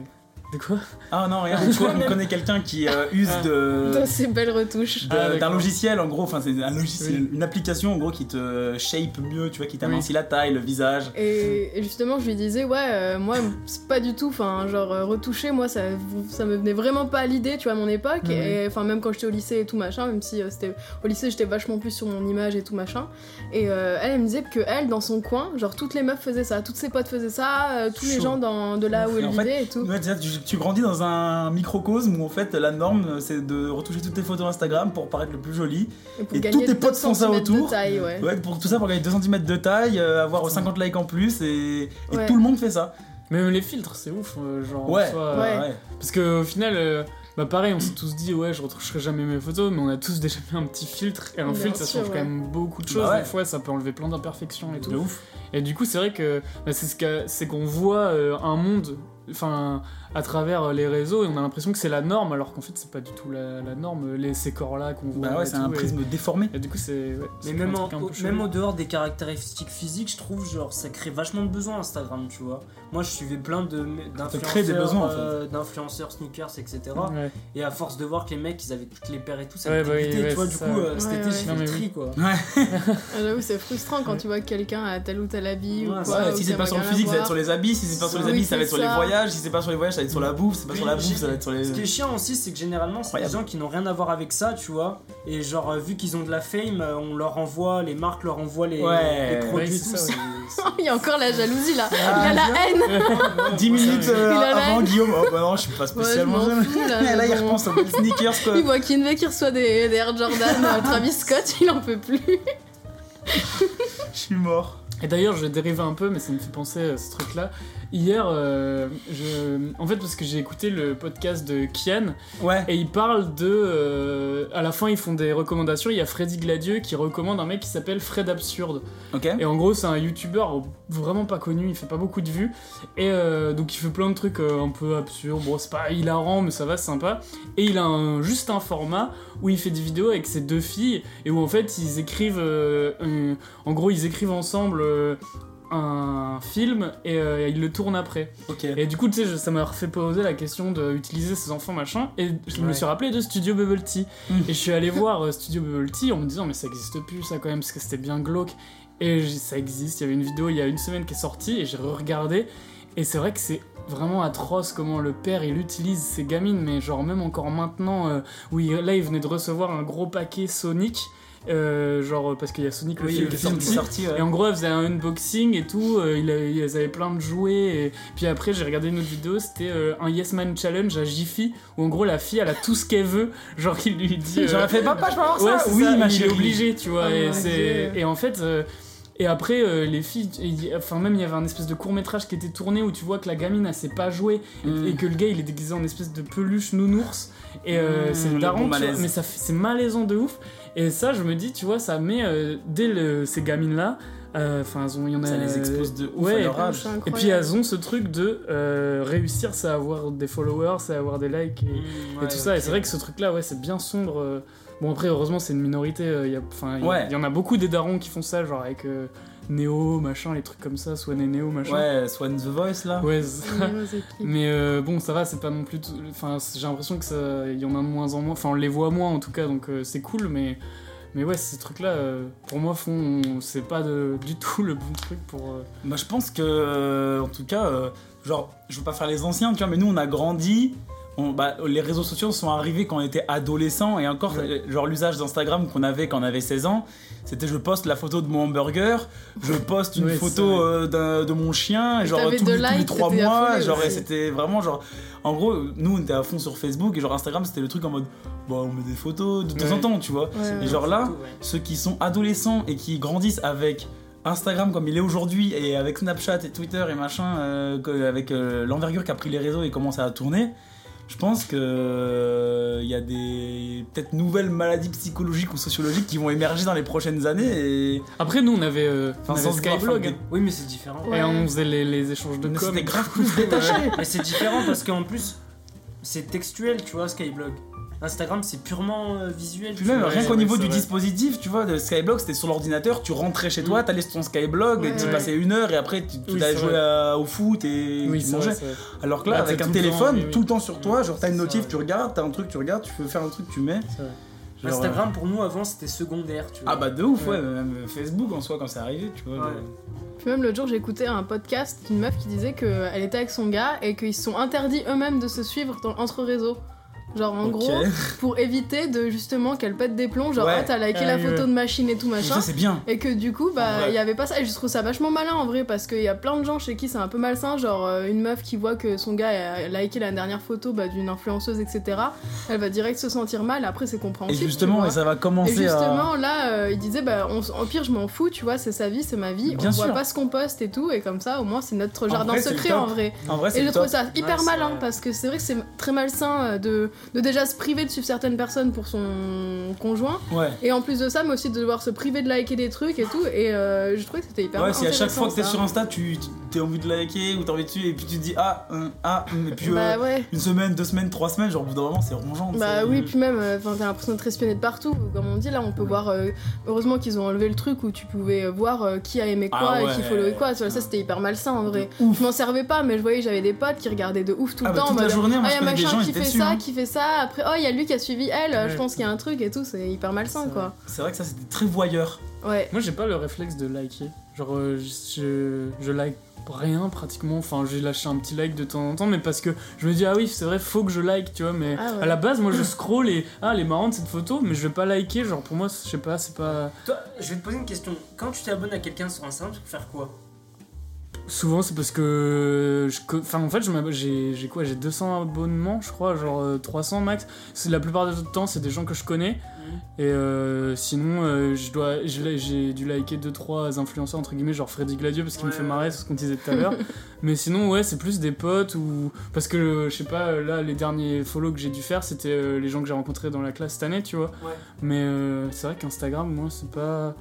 De quoi
Ah non, rien. on connaît- on connaît quelqu'un qui euh, use de.
Dans ces belles retouches.
de-
Ah, d'accord.
d'un logiciel en gros, enfin c'est un logiciel,
Oui.
une application en gros qui te shape mieux, tu vois, qui t'amincit
Oui.
la taille, le visage.
Et, et justement, je lui disais, ouais, euh, moi, c'est pas du tout, enfin, genre, euh, retoucher, moi, ça, ça me venait vraiment pas à l'idée, tu vois, à mon époque.
Mm-hmm.
Mhm.
Et enfin, même quand j'étais au lycée et tout machin, même si euh, c'était au lycée, j'étais vachement plus sur mon image et tout machin. Et euh, elle, elle me disait que elle, dans son coin, genre, toutes les meufs faisaient ça, toutes ses potes faisaient ça, euh, tous les
Chaud.
gens dans, de là où
Et
elle
en fait,
vivait et tout.
Ouais, déjà, tu, tu grandis dans un microcosme où en fait la norme c'est de retoucher toutes tes photos Instagram pour paraître le plus joli.
pour
et
gagner
tous tes potes
2
font ça
centimètres de
autour.
taille, ouais.
Ouais, pour tout ça pour gagner 2 cm de taille, euh, avoir 50 likes en plus et, et
Ouais.
tout le monde fait ça. Ah
Même les filtres, c'est ouf. euh, genre, en
Ouais,
soi,
Ouais.
Parce que au final, euh, bah pareil, on s'est tous dit ouais, je retoucherai jamais mes photos, mais on a tous déjà fait un petit filtre et un
Bien
filtre ça
sûr,
change
ouais.
quand même beaucoup de choses.
Bah ouais.
Des fois, ça peut enlever plein d'imperfections et tout.
de ouf.
Et du coup, c'est vrai que bah, c'est ce qu'a- c'est qu'on voit euh, un monde, enfin à travers euh, les réseaux et on a l'impression que c'est la norme, alors qu'en fait c'est pas du tout la, la norme. Les ces corps là qu'on voit.
Bah ouais,
et
c'est
tout,
un
et-
prisme déformé.
Et, du coup, c'est. ouais,
Mais
c'est
même,
un
en-
truc un peu
au,
chelou.
même au dehors des caractéristiques physiques, je trouve genre ça crée vachement de besoins Instagram, tu vois. Moi, je suivais plein de
crée des besoins, en
d'influenceurs,
fait.
euh, d'influenceurs sneakers, etc.
Ouais.
Et à force de voir que les mecs, ils avaient toutes les paires et tout, ça
Ouais,
me
bah oui,
dégoûtait,
ouais,
tu vois.
c'est
Du coup,
ça.
euh,
Ouais,
cet été,
ouais.
j'ai fait
Non, mais
le
oui.
tri, quoi.
Ah, J'avoue, c'est frustrant quand tu vois que quelqu'un à tel ou tel habit
Ouais,
ou quoi. euh,
Ouais,
ou
si
ça
c'est pas
m'a
sur le
rien à
physique, ça va
voir.
être sur les habits. Si c'est pas sur les
Oui,
habits, ça va
c'est
être sur les
ça.
voyages, si c'est pas sur les voyages, ça va être sur la bouffe, c'est pas sur la
Puis,
bouffe, ça va être sur les.
Ce qui est chiant aussi, c'est que généralement, c'est des
Incroyable.
gens qui n'ont rien à voir avec ça, tu vois. Et genre, euh, vu qu'ils ont de la fame, euh, on leur envoie, les marques leur envoient les,
Ouais.
les
Ouais,
produits.
c'est ça,
tous.
ouais.
Il y a encore la
Ah,
jalousie là. Il y a la haine.
10 minutes euh,
Il a la
avant
haine.
Guillaume, oh bah non, je suis pas spécialement
Ouais, je m'en
jeune.
fous, là,
Et là, il
bon.
repense aux belles sneakers quoi.
Il voit Kinvey qui reçoit des, des Air Jordan, euh, Travis Scott, il en peut plus.
Je suis mort.
Et d'ailleurs, je vais dériver un peu, mais ça me fait penser à ce truc-là. Hier, euh, je... en fait, parce que j'ai écouté le podcast de Kian,
Ouais.
et il parle de. euh, À la fin, ils font des recommandations. Il y a Freddy Gladieux qui recommande un mec qui s'appelle Fred Absurde.
Ok.
Et en gros, c'est un youtubeur vraiment pas connu, il fait pas beaucoup de vues. Et euh, donc, il fait plein de trucs euh, un peu absurdes. Bon, c'est pas hilarant, mais ça va, c'est sympa. Et il a un- juste un format où il fait des vidéos avec ses deux filles et où en fait, ils écrivent. euh, un- en gros, ils écrivent ensemble. euh, un film et euh, ils le tournent après.
Ok.
Et du coup, tu sais, je- ça m'a refait poser la question d'utiliser ses enfants, machin, et je me
Ouais.
suis rappelé de Studio Bubble Tea.
Mm.
et je suis allé voir euh, Studio Bubble Tea en me disant, mais ça existe plus, ça quand même, parce que c'était bien glauque. Et j'ai- ça existe, il y avait une vidéo il y a une semaine qui est sortie, et j'ai regardé, et c'est vrai que c'est vraiment atroce comment le père il utilise ses gamines, mais genre même encore maintenant, euh, où il- là il venait de recevoir un gros paquet Sonic, euh, genre parce qu'il y a Sonic le
Oui,
film
le
qui est
film qui est
sorti,
sorti. ouais.
et en gros, elle faisait un unboxing et tout. euh, il avait- ils avaient plein de jouets. Et puis après, j'ai regardé une autre vidéo. C'était euh, un Yes Man Challenge à Jiffy. Où en gros, la fille, elle a tout ce qu'elle veut. Genre, il lui dit. euh,
J'aurais fait papa, je peux avoir
Ouais,
ça.
c'est
Oui,
ça,
ma
il est
chérie.
obligé, tu vois.
Oh
et,
mon
c'est-
Dieu.
et en fait. euh, et après, euh, les filles, il- enfin même il y avait un espèce de court métrage qui était tourné où tu vois que la gamine elle sait pas jouer
Mm.
et que le gars il est déguisé en espèce de peluche nounours et euh,
Mm,
c'est
le
daron,
bon
tu vois,
malaise.
mais ça fait- c'est malaisant de ouf. Et ça, je me dis, tu vois, ça met euh, dès le- ces gamines là, enfin elles ont, il y en a.
Ça les expose de ouf
ouais,
à leur
C'est
âge.
incroyable.
Et puis elles ont ce truc de euh, réussir, c'est avoir des followers, c'est avoir des likes.
Mm,
Et et tout ça. Et c'est vrai que ce truc-là, ouais, c'est bien sombre. euh. Bon, après, heureusement, c'est une minorité. euh, Il y, a- enfin, il y a-
Ouais.
il y en a beaucoup des darons qui font ça, genre avec euh, Neo, machin, les trucs comme ça, Swan et Neo, machin.
Ouais, Swan the Voice là.
Ouais, c'est ça.
Miyazaki.
Mais euh, bon, ça va, c'est pas non plus. tout- Enfin, c'est- j'ai l'impression que ça, il y en a de moins en moins. Enfin, on les voit moins en tout cas, donc euh, c'est cool. Mais, mais ouais, ces trucs-là, euh, pour moi, font, c'est pas de- du tout le bon truc pour. euh,
Moi, Bah, je pense que, euh, en tout cas, euh, genre, je veux pas faire les anciens, tu vois, mais nous, on a grandi. On, bah, les réseaux sociaux sont arrivés quand on était adolescent et encore,
Ouais.
euh, genre, l'usage d'Instagram qu'on avait quand on avait 16 ans, c'était je poste la photo de mon hamburger, je poste une
Ouais, c'est
photo
vrai.
euh, d'un- de mon chien,
Et
genre, tous
t'avais
les, tous
deux
les
likes,
trois
t'étais
mois,
affolé
genre, et
aussi.
c'était vraiment genre. En gros, nous, on était à fond sur Facebook et genre, Instagram, c'était le truc en mode, bah, on met des photos de temps en
Ouais.
temps, tu vois.
Ouais,
Et
ouais.
genre là, ceux qui sont adolescents et qui grandissent avec Instagram comme il est aujourd'hui et avec Snapchat et Twitter et machin, euh, que- avec euh, l'envergure qu'a pris les réseaux et comment ça a tourné, je pense que euh, il y a des peut-être nouvelles maladies psychologiques ou sociologiques qui vont émerger dans les prochaines années. Et
Après, nous, on avait, euh, on
Enfin,
avait
sans se voir,
Skyblog.
enfin,
Oui, mais c'est différent.
Ouais.
Et on faisait les, les échanges de
Mais
com.
c'était grave
cool
mais c'est différent parce qu'en plus, c'est textuel, tu vois, Skyblog. Instagram, c'est purement euh, visuel.
puis
tu
même
vois.
rien
ouais,
qu'au
ouais,
niveau
c'est
du
vrai.
dispositif, tu vois, de Skyblog, c'était sur l'ordinateur, tu rentrais chez toi, t'allais sur ton Skyblog,
Ouais.
tu
Mm. Ouais.
passais une heure et après tu, tu
Oui,
allais
c'est
jouer
vrai.
à- au foot et
Oui,
tu
c'est
mangeais.
vrai, c'est vrai.
Alors que là,
Bah,
avec
t'as
un
tout le temps,
téléphone,
oui, oui.
tout le temps sur toi, genre t'as une
C'est ça,
notif,
ouais.
tu regardes, t'as un truc, tu regardes, tu veux faire un truc, tu mets.
C'est vrai.
Genre, euh,
Instagram, pour nous, avant, c'était secondaire, tu vois.
Ah bah de ouf, ouais,
Ouais.
même Facebook en soi quand c'est arrivé, tu vois.
Ouais.
le-
Puis même l'autre jour, j'écoutais un podcast d'une meuf qui disait qu'elle était avec son gars et qu'ils se sont interdits eux-mêmes de se suivre dans- entre réseaux. Genre en
Ok.
gros, pour éviter de justement qu'elle pète des plombs, genre
Ouais.
ah, t'as liké
Ah
la
oui,
photo
ouais.
de machine et tout machin.
Ça c'est bien.
Et que du coup,
En
bah,
vrai.
il y avait pas ça. Et je trouve ça vachement malin en vrai, parce qu'il y a plein de gens chez qui c'est un peu malsain. Genre, euh, une meuf qui voit que son gars a liké la dernière photo bah, d'une influenceuse, etc. Elle va direct se sentir mal. Après, c'est
Et
compréhensible. tu
justement,
vois.
et ça va
Et
commencer à.
justement, là, euh, il disait, bah, on, s- au pire, je m'en fous, tu vois, c'est sa vie, c'est ma vie,
Bien
on voit
sûr.
pas ce qu'on poste et tout, et comme ça, au moins, c'est notre jardin
vrai, c'est le
secret
top.
en vrai.
En vrai,
Et
c'est
je
le
trouve
top.
ça hyper
Ouais,
malin
c'est-
parce que c'est vrai que c'est très malsain euh, de, de déjà se priver de suivre certaines personnes pour son conjoint
Ouais.
et en plus de ça, mais aussi de devoir se priver de liker des trucs et tout. Et euh, je trouvais que c'était hyper
Ouais, si à chaque fois que t'es
ça.
sur Insta, tu tu- t'as envie de liker ou t'as envie de suivre, et puis tu te dis ah, hum, ah, hum, et puis
Bah
euh,
ouais.
une semaine, deux semaines, trois semaines, genre au bout d'un moment, c'est rongeant.
Bah
c'est-
oui, puis même, euh, 'fin, t'as l'impression d'être espionné de partout. Comme on dit, là, on peut voir. euh, heureusement qu'ils ont enlevé le truc où tu pouvais euh, voir euh, qui a aimé quoi
Ah
et qui
ouais.
followait quoi. Tu vois, ça, c'était hyper malsain en vrai.
ouf.
Je m'en servais pas, mais je voyais, j'avais des potes qui regardaient de ouf tout
Ah
le
bah
temps. en
toute la
mode,
journée, moi
ah, y
je
a
connais des gens,
machin
ils
qui
étaient
fait
dessus.
ça,
hein.
qui fait ça. Après, oh, il y a lui qui a suivi elle. euh, Je
Ouais.
pense qu'il y a un truc et tout. C'est hyper malsain,
C'est
quoi.
C'est vrai que ça c'était très voyeur.
Ouais.
Moi, j'ai pas le réflexe de liker. Genre, euh, je, je, je like rien pratiquement. Enfin, j'ai lâché un petit like de temps en temps, mais parce que je me dis, ah oui, c'est vrai, faut que je like, tu vois. Mais
Ah ouais.
à la base, moi je scroll et ah, elle est marrante cette photo, mais je vais pas liker. Genre, pour moi, je sais pas, c'est pas.
Toi, je vais te poser une question. Quand tu t'abonnes à quelqu'un sur Instagram, tu peux faire quoi
Souvent, c'est parce que. je co- Enfin, en fait, je m'ab- j'ai j'ai quoi J'ai 200 abonnements, je crois, genre euh, 300 max. C'est- La plupart du temps, c'est des gens que je connais.
Mmh.
Et euh, sinon, euh, je dois- je l'ai- j'ai dû liker 2-3 influenceurs, entre guillemets, genre Freddy Gladieux, parce qu'il me
Ouais,
fait
ouais.
marrer, c'est ce qu'on disait tout à l'heure. Mais sinon, ouais, c'est plus des potes ou. Parce que, euh, je sais pas, euh, là, les derniers follow que j'ai dû faire, c'était euh, les gens que j'ai rencontrés dans la classe cette année, tu vois.
Ouais.
Mais euh, c'est vrai qu'Instagram, moi, c'est pas.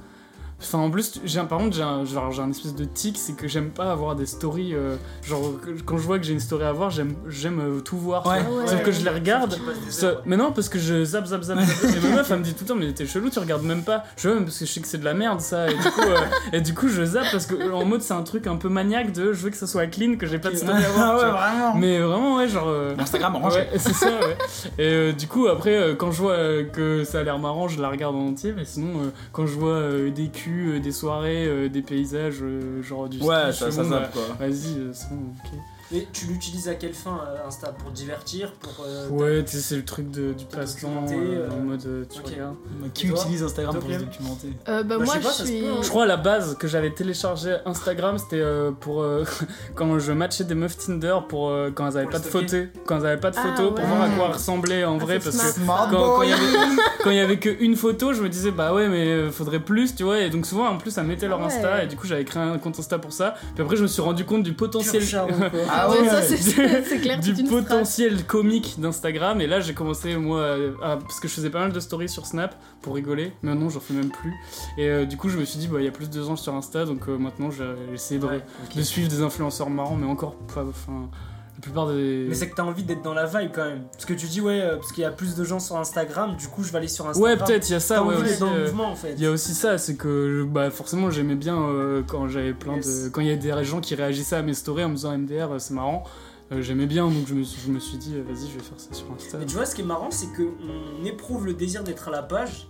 Enfin, en plus, tu- j'ai un- par contre, j'ai un, genre, j'ai un espèce de tic, c'est que j'aime pas avoir des stories. euh, genre, que- quand je vois que j'ai une story à voir, j'aime j'aime, euh, tout voir.
Ouais.
tu vois. Sauf
Ouais.
que je les regarde.
Tu passes des
Ça-
heures.
mais non, parce que je zap, zap, zap. zap. et ma meuf, elle me dit tout le temps, mais t'es chelou, tu regardes même pas. Je veux même parce que je sais que c'est de la merde, ça. Et du coup, euh, et du coup je zappe parce que, euh, en mode, c'est un truc un peu maniaque de je veux que ça soit clean, que j'ai pas de story à voir.
Ah
tu
ouais,
vois.
vraiment.
Mais vraiment, ouais, genre. euh,
Instagram, en
Ouais, c'est ça, ouais. Et euh, du coup, après, euh, quand je vois euh, que ça a l'air marrant, je la regarde en entier. Mais sinon, euh, quand je vois euh, des culs, euh, des soirées, euh, des paysages, euh, genre du ski,
Ouais,
je
ça,
fais,
ça
bon,
zappe quoi.
bah, Vas-y, euh, c'est bon, ok.
Mais tu l'utilises à quelle fin euh, Insta Pour divertir Pour. euh,
Ouais, tu sais, c'est le truc de- du passe-temps,
documenter,
euh, en
euh,
mode euh, tu
ok.
regardes.
Qui
Et toi
utilise Instagram pour se
Toi,
documenter
Euh, bah,
Bah, je
moi
sais
je
pas, ça se
suis.
peut, hein.
Je crois à la base que j'avais téléchargé Instagram, c'était euh, pour euh, quand je matchais des meufs Tinder pour euh, quand elles avaient
Pour
pas
le
de photos, quand elles avaient pas de
Ah,
photos pour
ouais.
voir à quoi elles ressemblaient en
Ah,
vrai
c'est
parce
smart.
que
Smart
quand quand
boy.
il y avait quand il y avait que une photo, je me disais bah ouais mais euh, faudrait plus, tu vois et donc souvent en plus elles mettaient leur
Ouais.
Insta et du coup j'avais créé un compte Insta pour ça. Puis après je me suis rendu compte du potentiel
Pur charme, quoi.
Ah
Ouais,
ouais,
ça,
ouais.
c'est- c'est c'est clair,
du
c'est une phrase.
potentiel comique d'Instagram et là j'ai commencé moi à- à- parce que je faisais pas mal de stories sur Snap pour rigoler maintenant j'en fais même plus et euh, du coup je me suis dit bah il y a plus de deux ans sur Insta donc euh, maintenant j'ai j'ai essayé de,
Ouais,
de suivre des influenceurs marrants mais encore pas enfin la plupart des
Mais c'est que t'as envie d'être dans la vibe quand même. Parce que tu dis, ouais, euh, parce qu'il y a plus de gens sur Instagram, du coup je vais aller sur Instagram.
ouais peut-être il y a ça
T'as
ouais
envie d'être
aussi,
dans le
euh,
mouvement en fait.
Il y a aussi ça, c'est que bah, forcément j'aimais bien euh, quand j'avais plein de.
Yes.
Quand il y a des gens qui réagissaient à mes stories en me disant MDR, euh, c'est marrant, euh, j'aimais bien donc je me, suis- je me suis dit euh, vas-y, je vais faire ça sur Insta.
Mais tu vois, ce qui est marrant, c'est qu'on éprouve le désir d'être à la page.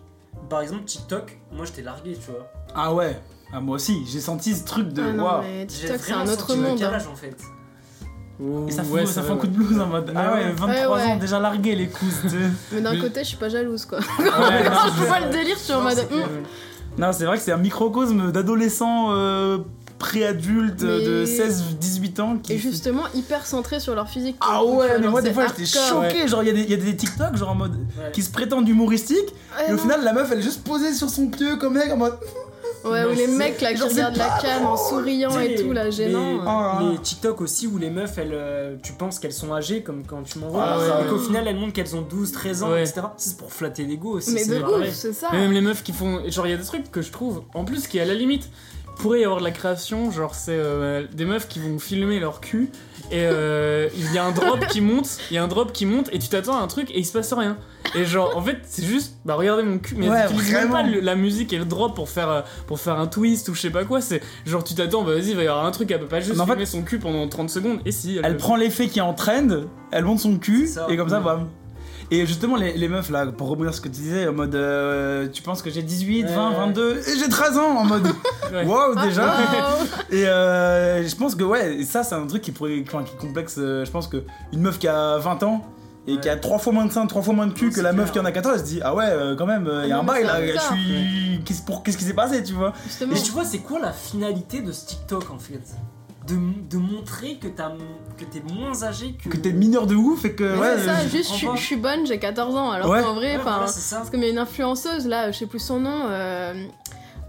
Par exemple, TikTok, moi je t'ai largué, tu vois.
Ah ouais, ah, moi aussi, j'ai senti ce truc de
Ah non,
waouh.
mais
J'ai
TikTok, c'est
vraiment
un autre
senti le
monde. hein.
Calage, en fait.
Ouh,
Et ça fait, ça
ouais,
fait
c'est
un
vrai,
coup de blues en mode Ah ouais, 23
Ouais, ouais.
ans déjà largué les coups de.
Mais d'un
Mais-
côté, je suis pas jalouse quoi.
Ouais, non,
Quand je vois le délire, je suis en
Non,
mode.
c'est clair.
hum,
Non, c'est vrai que c'est un microcosme d'adolescents euh, préadultes
Mais-
de 16-18 ans qui.
Et justement, hyper centré sur leur physique.
Ah
pour le coup, tu
ouais,
vois,
mais
genre,
moi des
c'est
fois j'étais
hardcore.
choqué. Genre, il y, a des- il y a des TikTok, genre en mode.
Ouais.
qui se prétendent humoristiques,
Ouais,
et au
non.
final la meuf elle est juste posée sur son pieu comme mec en mode.
Ouais, ou
Mais
les
c'est-
mecs là qui
genre, c'est
regardent la cam en souriant et
Tu sais,
tout, là,
les-
gênant.
Les,
euh.
Ah, ah.
les TikTok aussi où les meufs, elles, euh, tu penses qu'elles sont âgées, comme quand tu m'envoies.
Ah
et
ouais.
qu'au final, elles montrent qu'elles ont 12, 13 ans,
Ouais.
etc. C'est pour flatter l'ego aussi.
Mais
c'est
de
pareil.
ouf, c'est ça.
Mais même les meufs qui font. Genre, il y a des trucs que je trouve, en plus, qui à la limite pourrait y avoir de la création. Genre, c'est euh, des meufs qui vont filmer leur cul et euh, il y a un drop qui monte, il y a un drop qui monte et tu t'attends à un truc et il se passe rien. Et genre, en fait, c'est juste, bah regardez mon cul, mais
Ouais,
tu utilisent même
vraiment.
pas le- la musique et le drop pour faire, euh, pour faire un twist ou je sais pas quoi. C'est genre, tu t'attends, bah vas-y, il va y avoir un truc, elle peut pas juste
Mais en fait-
filmer son cul pendant 30 secondes. Et si,
Elle
le-
prend l'effet qui est en trend, elle monte son cul,
C'est ça.
et comme ça,
Mm.
bam. Et justement, les, les meufs là, pour rebondir sur ce que tu disais, en mode euh, tu penses que j'ai 18, 20,
Ouais.
22, et j'ai 13 ans, en mode
Ouais.
wow
Ah,
déjà.
wow.
Et euh, je pense que ouais, et ça c'est un truc qui pourrait enfin, qui est complexe. euh, Je pense que une meuf qui a 20 ans et
Ouais.
qui a trois fois moins de seins, trois fois moins de cul
Non,
que
c'est
la meuf
clair.
qui en a 14, elle se dit ah ouais euh, quand même, il y a
Ah
un
non,
bail
mais
là,
c'est
je
bizarre.
suis qu'est-ce pour qu'est-ce qui s'est passé, tu vois
Justement.
Mais tu vois, c'est quoi la finalité de ce TikTok en fait de, de montrer que t'as- que t'es moins âgé que.
Que t'es mineur de ouf et que
Mais
ouais,
c'est ça,
euh,
juste je suis-
Enfin.
je suis bonne, j'ai 14 ans, alors
Ouais.
qu'en vrai,
Ouais,
enfin.
voilà, c'est ça.
Parce qu'il y a une influenceuse, là, je sais plus son nom, euh,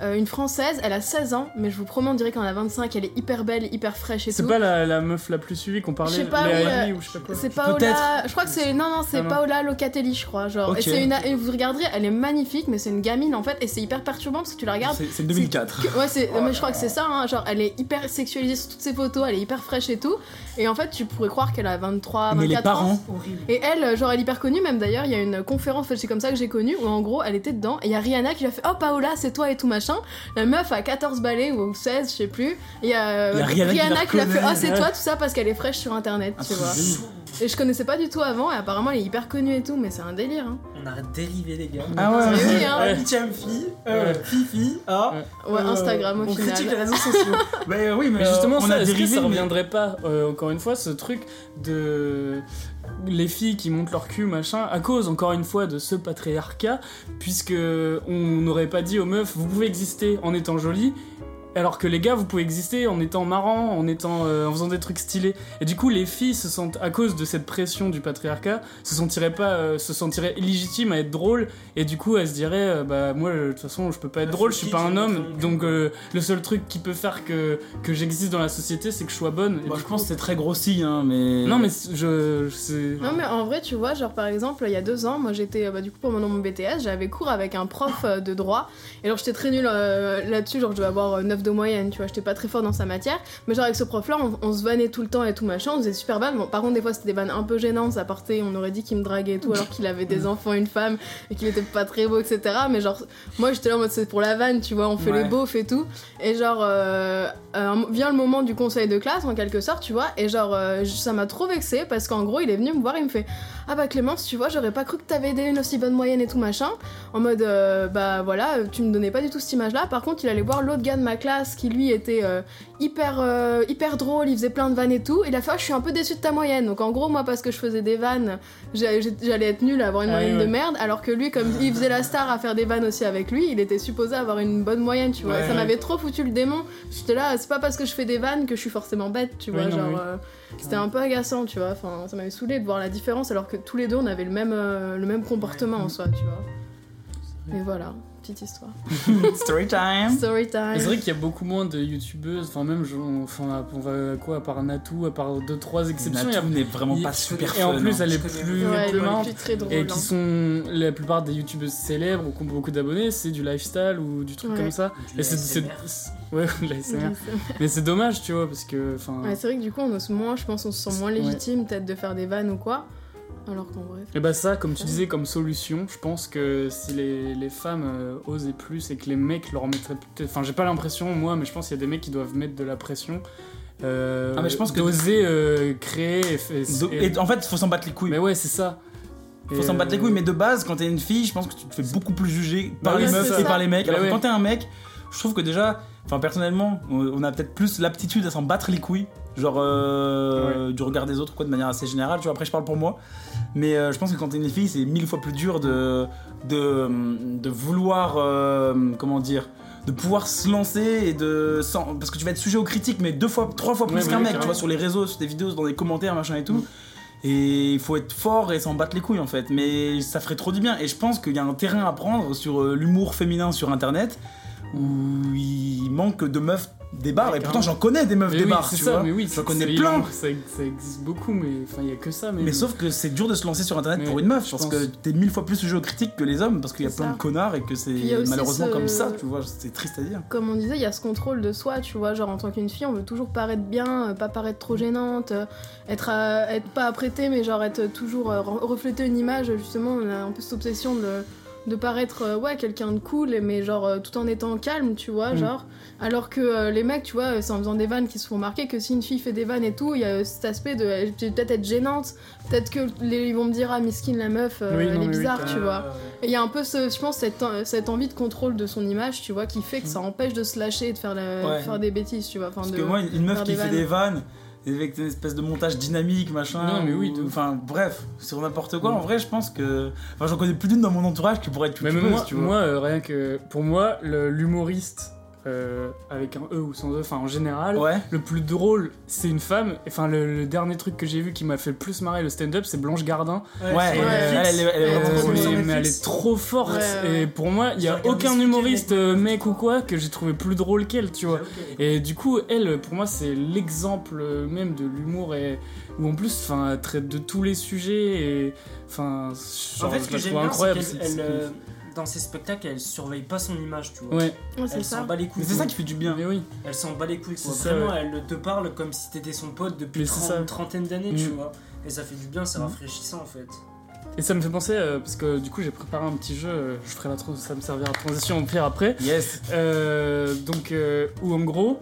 euh, une française, elle a 16 ans, mais je vous promets, on dirait qu'elle en a 25, elle est hyper belle, hyper fraîche et
C'est
tout.
pas la, la meuf la plus suivie qu'on parlait,
Je sais pas,
Léa
oui,
Hallyday ou je sais pas quoi.
C'est Paola,
Peut-être.
je crois que c'est non non c'est
Ah non.
Paola Locatelli je crois genre
Ok.
et c'est une et vous regarderez elle est magnifique mais c'est une gamine en fait et c'est hyper perturbant parce que tu la regardes
c'est c'est 2004.
Que- Ouais, c'est. mais je crois que c'est ça, hein, genre elle est hyper sexualisée sur toutes ses photos, elle est hyper fraîche et tout. Et en fait, tu pourrais croire qu'elle a 23, 24
Mais les
ans.
parents,
Horrible.
Et elle, euh, genre elle est hyper connue, même d'ailleurs, il y a une conférence, c'est comme ça que j'ai connu, où en gros elle était dedans, et il y a Rihanna qui lui a fait Oh Paola, c'est toi et tout machin. La meuf a 14 balais ou 16, je sais plus. Et Il y a, euh,
Il y a Rihanna qui la
qui lui a fait Oh,
reconnaît,
c'est
ouais. Ah,
toi, tout ça parce qu'elle est fraîche sur internet,
Un
tu
truc
vois.
de ouf.
Et je connaissais pas du tout avant, et apparemment elle est hyper connue et tout, mais c'est un délire. hein.
On a dérivé, les gars.
Ah ouais,
Mais oui,
ouais.
hein.
Ouais.
Huitième fille, euh,
Ouais.
Fifi, ah.
Ouais,
euh,
Instagram au
on critique les
final.
réseaux sociaux.
Bah, euh, oui, mais,
Mais justement,
euh, on
ça,
a
est-ce que
dérivé.
ça
mais-
reviendrait pas, euh, encore une fois, ce truc de les filles qui montent leur cul, machin, à cause, encore une fois, de ce patriarcat, puisque on n'aurait pas dit aux meufs, vous pouvez exister en étant jolie, alors que les gars, vous pouvez exister en étant marrant, en, étant, euh, en faisant des trucs stylés. Et du coup, les filles se sentent, à cause de cette pression du patriarcat, se sentiraient pas, euh, se sentiraient illégitimes à être drôles, et du coup, elles se diraient, euh, bah moi, euh, de toute façon, je peux pas être
Ouais,
drôle, je
Bah, c'est
suis
qui
pas
qui
un
va
homme,
faire mon cul,
donc
quoi.
euh, le seul truc qui peut faire que, que j'existe dans la société, c'est que je sois bonne. Et
Bon,
du
Bah, je
coup-
pense que c'est très grossi, hein, mais.
Non, mais c'est- je. je- c'est-
Non mais en vrai tu vois genre par exemple il y a deux ans moi j'étais euh, bah, du coup pendant mon BTS j'avais cours avec un prof euh, de droit et genre j'étais très nulle euh, là-dessus genre je devais avoir euh, 9 de moyenne tu vois j'étais pas très fort dans sa matière mais genre avec ce prof là on, on se vannait tout le temps et tout machin on faisait super vannes bon, par contre des fois c'était des vannes un peu gênantes ça portait on aurait dit qu'il me draguait et tout alors qu'il avait des enfants une femme et qu'il était pas très beau etc mais genre moi j'étais là en mode c'est pour la vanne tu vois on fait
Ouais.
les beaufs et tout et genre euh, euh, vient le moment du conseil de classe en quelque sorte tu vois et genre euh, je- ça m'a trop vexé parce qu'en gros il est venu me voir il me fait ah bah Clémence tu vois j'aurais pas cru que t'avais des- une aussi bonne moyenne et tout machin en mode euh, bah voilà tu me donnais pas du tout cette image là par contre il allait voir l'autre gars de ma classe qui lui était euh, hyper euh, hyper drôle il faisait plein de vannes et tout et il a fait Ah, je suis un peu déçu de ta moyenne donc en gros moi parce que je faisais des vannes j'ai- j'ai- j'allais être nulle à avoir une
Ah oui,
moyenne
ouais.
de merde alors que lui comme il faisait la star à faire des vannes aussi avec lui il était supposé avoir une bonne moyenne tu vois
Ouais,
Et ça
ouais.
m'avait trop foutu le démon j'étais là c'est pas parce que je fais des vannes que je suis forcément bête tu
Oui,
vois
non,
genre
oui.
euh, c'était un peu agaçant tu vois enfin ça m'avait saoulé de voir la différence alors que tous les deux on avait le même euh, le même comportement en soi tu vois mais voilà petite histoire
Story time.
story time
Mais Hein C'est vrai qu'il y a beaucoup moins de youtubeuses, enfin même, je- enfin, on va à quoi, à part Natou, à part deux trois exceptions, il y a-
Natou n'est vraiment
il-
pas super
Et en
fun,
plus,
hein.
elle est
Je connais.
plus,
ouais,
plus
le
marrante.
plus très drôle
et qui
hein.
sont la plupart des youtubeuses célèbres ou qui ont beaucoup d'abonnés, c'est du lifestyle ou du truc
Ouais.
comme ça. Et c'est, c'est- ouais, de l'ASMR.
Oui, c'est-
Mais c'est dommage, tu vois, parce que enfin.
Ouais, c'est vrai que du coup on ose moins je pense on se sent moins
Ouais.
légitime peut-être de faire des vannes ou quoi alors qu'en vrai
Et bah ça, comme tu disais, comme solution, je pense que si les, les femmes euh, osaient plus et que les mecs leur mettraient peut-être... Enfin, j'ai pas l'impression, moi, mais je pense qu'il y a des mecs qui doivent mettre de la pression. Euh,
Ah, mais je pense que-
D'oser euh, créer et... f-
Do-
et-
et en fait, faut s'en battre les couilles.
Mais ouais, c'est ça.
Faut
Et,
s'en battre les
euh,
couilles, mais de base, quand t'es une fille, je pense que tu te fais beaucoup plus juger
Bah
par
oui,
les
c'est
meufs
ça.
et par les mecs.
Bah
Alors que
ouais.
quand t'es un mec, je trouve que déjà, enfin personnellement, on- on a peut-être plus l'aptitude à s'en battre les couilles, genre euh, du regard des autres, ou quoi, de manière assez générale. Tu vois, après, je parle pour moi, mais euh, je pense que quand t'es une fille, c'est mille fois plus dur de de, de vouloir, euh, comment dire. De pouvoir se lancer et de. sans- parce que tu vas être sujet aux critiques, mais deux fois, trois fois plus
Ouais,
qu'un
ouais,
mec, tu vois,
carrément.
sur les réseaux, sur des vidéos, dans des commentaires, machin et tout. Et il faut être fort et s'en battre les couilles en fait. Mais ça ferait trop du bien. Et je pense qu'il y a un terrain à prendre sur euh, l'humour féminin sur internet où il manque de meufs des bars.
Ouais,
et pourtant
carrément.
j'en connais des meufs
mais
des
euh, eh oui,
bars,
c'est
tu
ça,
vois.
mais oui,
J'en
c'est-
connais
c'est-
plein.
Ça, ça existe beaucoup, mais enfin, il y a que ça. Mais,
Mais sauf que c'est dur de se lancer sur internet
Mais
pour une meuf
je
parce
pense.
que t'es mille fois plus sujet aux critiques que les hommes parce qu'il y a
C'est
plein
ça.
de connards et que c'est
Puis il y a aussi
malheureusement
ce-
comme ça, tu vois. C'est triste à dire.
comme on disait, il y a ce contrôle de soi, tu vois, genre en tant qu'une fille, on veut toujours paraître bien, euh, pas paraître trop gênante, euh, être, euh, être pas apprêtée, mais genre être toujours euh, re- refléter une image, justement, on a un peu cette obsession de, de paraître, euh, ouais, quelqu'un de cool, mais genre euh, tout en étant calme, tu vois,
Mm.
genre, alors que euh, les mecs, tu vois, c'est en faisant des vannes qui se font remarquer que si une fille fait des vannes et tout, il y a euh, cet aspect de elle peut peut-être être gênante, peut-être que les, ils vont me dire, ah, Miskine, la meuf, euh,
Oui, non,
elle
mais
est
oui,
bizarre, tu
Euh,
vois. Et il y a un peu, ce, je pense, cette, en- cette envie de contrôle de son image, tu vois, qui fait que ça empêche de se lâcher et de faire, la-
Mhm. Ouais.
de faire des bêtises, tu vois. Enfin,
Parce
de-
que moi, une meuf
faire
qui
des
fait des vannes avec une espèce de montage dynamique, machin.
Non, mais oui,
ou-
de ouf.
Enfin, bref, sur n'importe quoi.
Mm.
En vrai, je pense que. Enfin, j'en connais plus d'une dans mon entourage qui pourrait être
Mais
youtubeuse,
même moi,
tu vois.
moi, euh, rien que pour moi, le- l'humoriste euh, avec un E ou sans E, enfin en général,
Ouais.
le plus drôle c'est une femme. Enfin, le, le dernier truc que j'ai vu qui m'a fait le plus marrer le stand-up, c'est Blanche Gardin.
Ouais,
c'est
elle,
Netflix.
elle, elle, elle est
Euh,
Euh,
vraiment trop
sur
mais,
cool.
mais elle
Netflix.
est trop forte.
Ouais, ouais.
Et pour moi, il y
J'ai
a
regardé
aucun
ce week-end
humoriste,
avec
euh,
mon
mec ou quoi, que j'ai trouvé plus drôle qu'elle, tu vois. Et du coup, elle, pour moi, c'est l'exemple même de l'humour et où en plus, enfin, elle traite de tous les sujets et enfin,
En
genre,
fait,
je
ce
la
que
trouve
j'aime bien, c'est
incroyable.
qu'elle,
cette-
elle, euh, dans ses spectacles, elle surveille pas son image, tu vois.
Ouais,
Ouais, c'est
Elle s'en
ça.
bat les couilles.
Mais c'est ça qui fait du bien.
mais oui.
Elle s'en bat les couilles, quoi.
C'est ça,
Vraiment, elle te parle comme si t'étais son pote depuis
Mais c'est
30
ça.
une trentaine d'années, tu
Mm.
vois. Et ça fait du bien, c'est
Mm.
rafraîchissant, en fait.
Et ça me fait penser, euh, parce que du coup j'ai préparé un petit jeu, euh, je ferai la trans- ça me servira de transition au pire après.
Yes.
Euh, donc, euh, où en gros,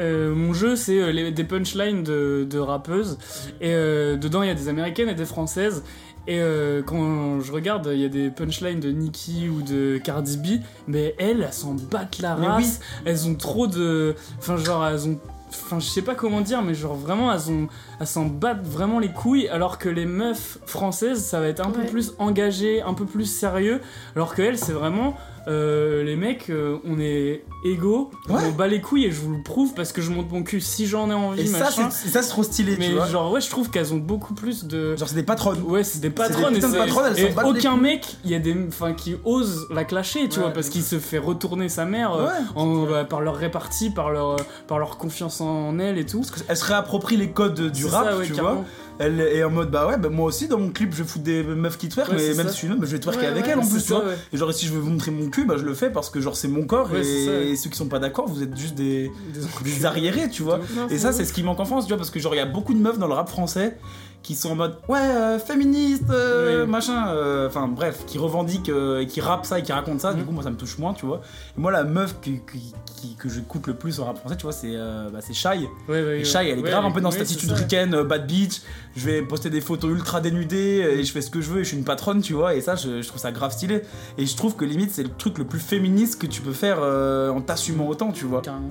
Euh, mon jeu, c'est euh, les- des punchlines de, de rappeuses. Et euh, dedans, il y a des américaines et des françaises. Et euh, quand je regarde, il y a des punchlines de Nicki ou de Cardi B. Mais elles, elles s'en battent la
Mais
race. Elles ont trop de. Enfin, genre, elles ont. Enfin, je sais pas comment dire, mais genre vraiment, elles, ont, elles s'en battent vraiment les couilles. Alors que les meufs françaises, ça va être un peu
Ouais.
plus engagé, un peu plus sérieux. Alors que elles, c'est vraiment. euh, les mecs, euh, on est égaux,
Ouais.
on bat les couilles et je vous le prouve parce que je monte mon cul si j'en ai envie,
Et ça,
machin.
c'est ça, c'est trop stylé,
mais
tu vois. Genre,
genre, ouais, je trouve qu'elles ont beaucoup plus de.
c'est des patronnes.
Ouais, c'est des
C'est
patronnes.
des
et
putains de
c'est-
patronnes, elles s'en
et
battent les
aucun mec, il y a des, enfin, qui ose la clasher, tu
Ouais,
vois, parce
de
qu'il se fait retourner sa mère euh,
Ouais.
en- bah, par leur répartie, par leur, euh, par leur confiance en elle et tout.
Parce qu'elles se réapproprient les codes du
C'est
rap,
ça, ouais,
tu
carrément.
vois. Elle est en mode, bah ouais, bah moi aussi, dans mon clip, je fous des meufs qui twerk,
Ouais,
mais
c'est
même si
ça.
je suis une meuf, je vais twerker
Ouais,
avec
ouais.
elle en
C'est
plus, tu
ça,
vois.
ouais.
Et genre, si je veux vous montrer mon cul, bah je le fais parce que, genre, c'est mon corps,
Ouais, c'est ça,
et...
ouais.
ceux qui sont pas d'accord, vous êtes juste des,
Des-
des arriérés, tu vois.
Non,
Et ça, c'est ce qui manque en France, tu vois, parce que genre, il y a beaucoup de meufs dans le rap français qui sont en mode ouais, euh, féministe, euh,
Oui.
machin, euh, enfin bref, qui revendiquent euh, et qui rappent ça et qui racontent ça, du
Mhm.
coup, moi ça me touche moins, tu vois. Et moi, la meuf qui, qui- qui- que je coupe le plus en rap français, tu vois, c'est euh, bah, c'est Shai.
Ouais, ouais, ouais.
Et Shai, elle est
Ouais,
grave un peu dans
ouais,
cette
c'est
attitude
ça.
ricaine, euh, bad bitch, je vais poster des photos ultra dénudées euh, et je fais ce que je veux et je suis une patronne, tu vois, et ça, je, je trouve ça grave stylé. Et je trouve que limite, c'est le truc le plus féministe que tu peux faire euh, en t'assumant autant, tu vois.
Carrément.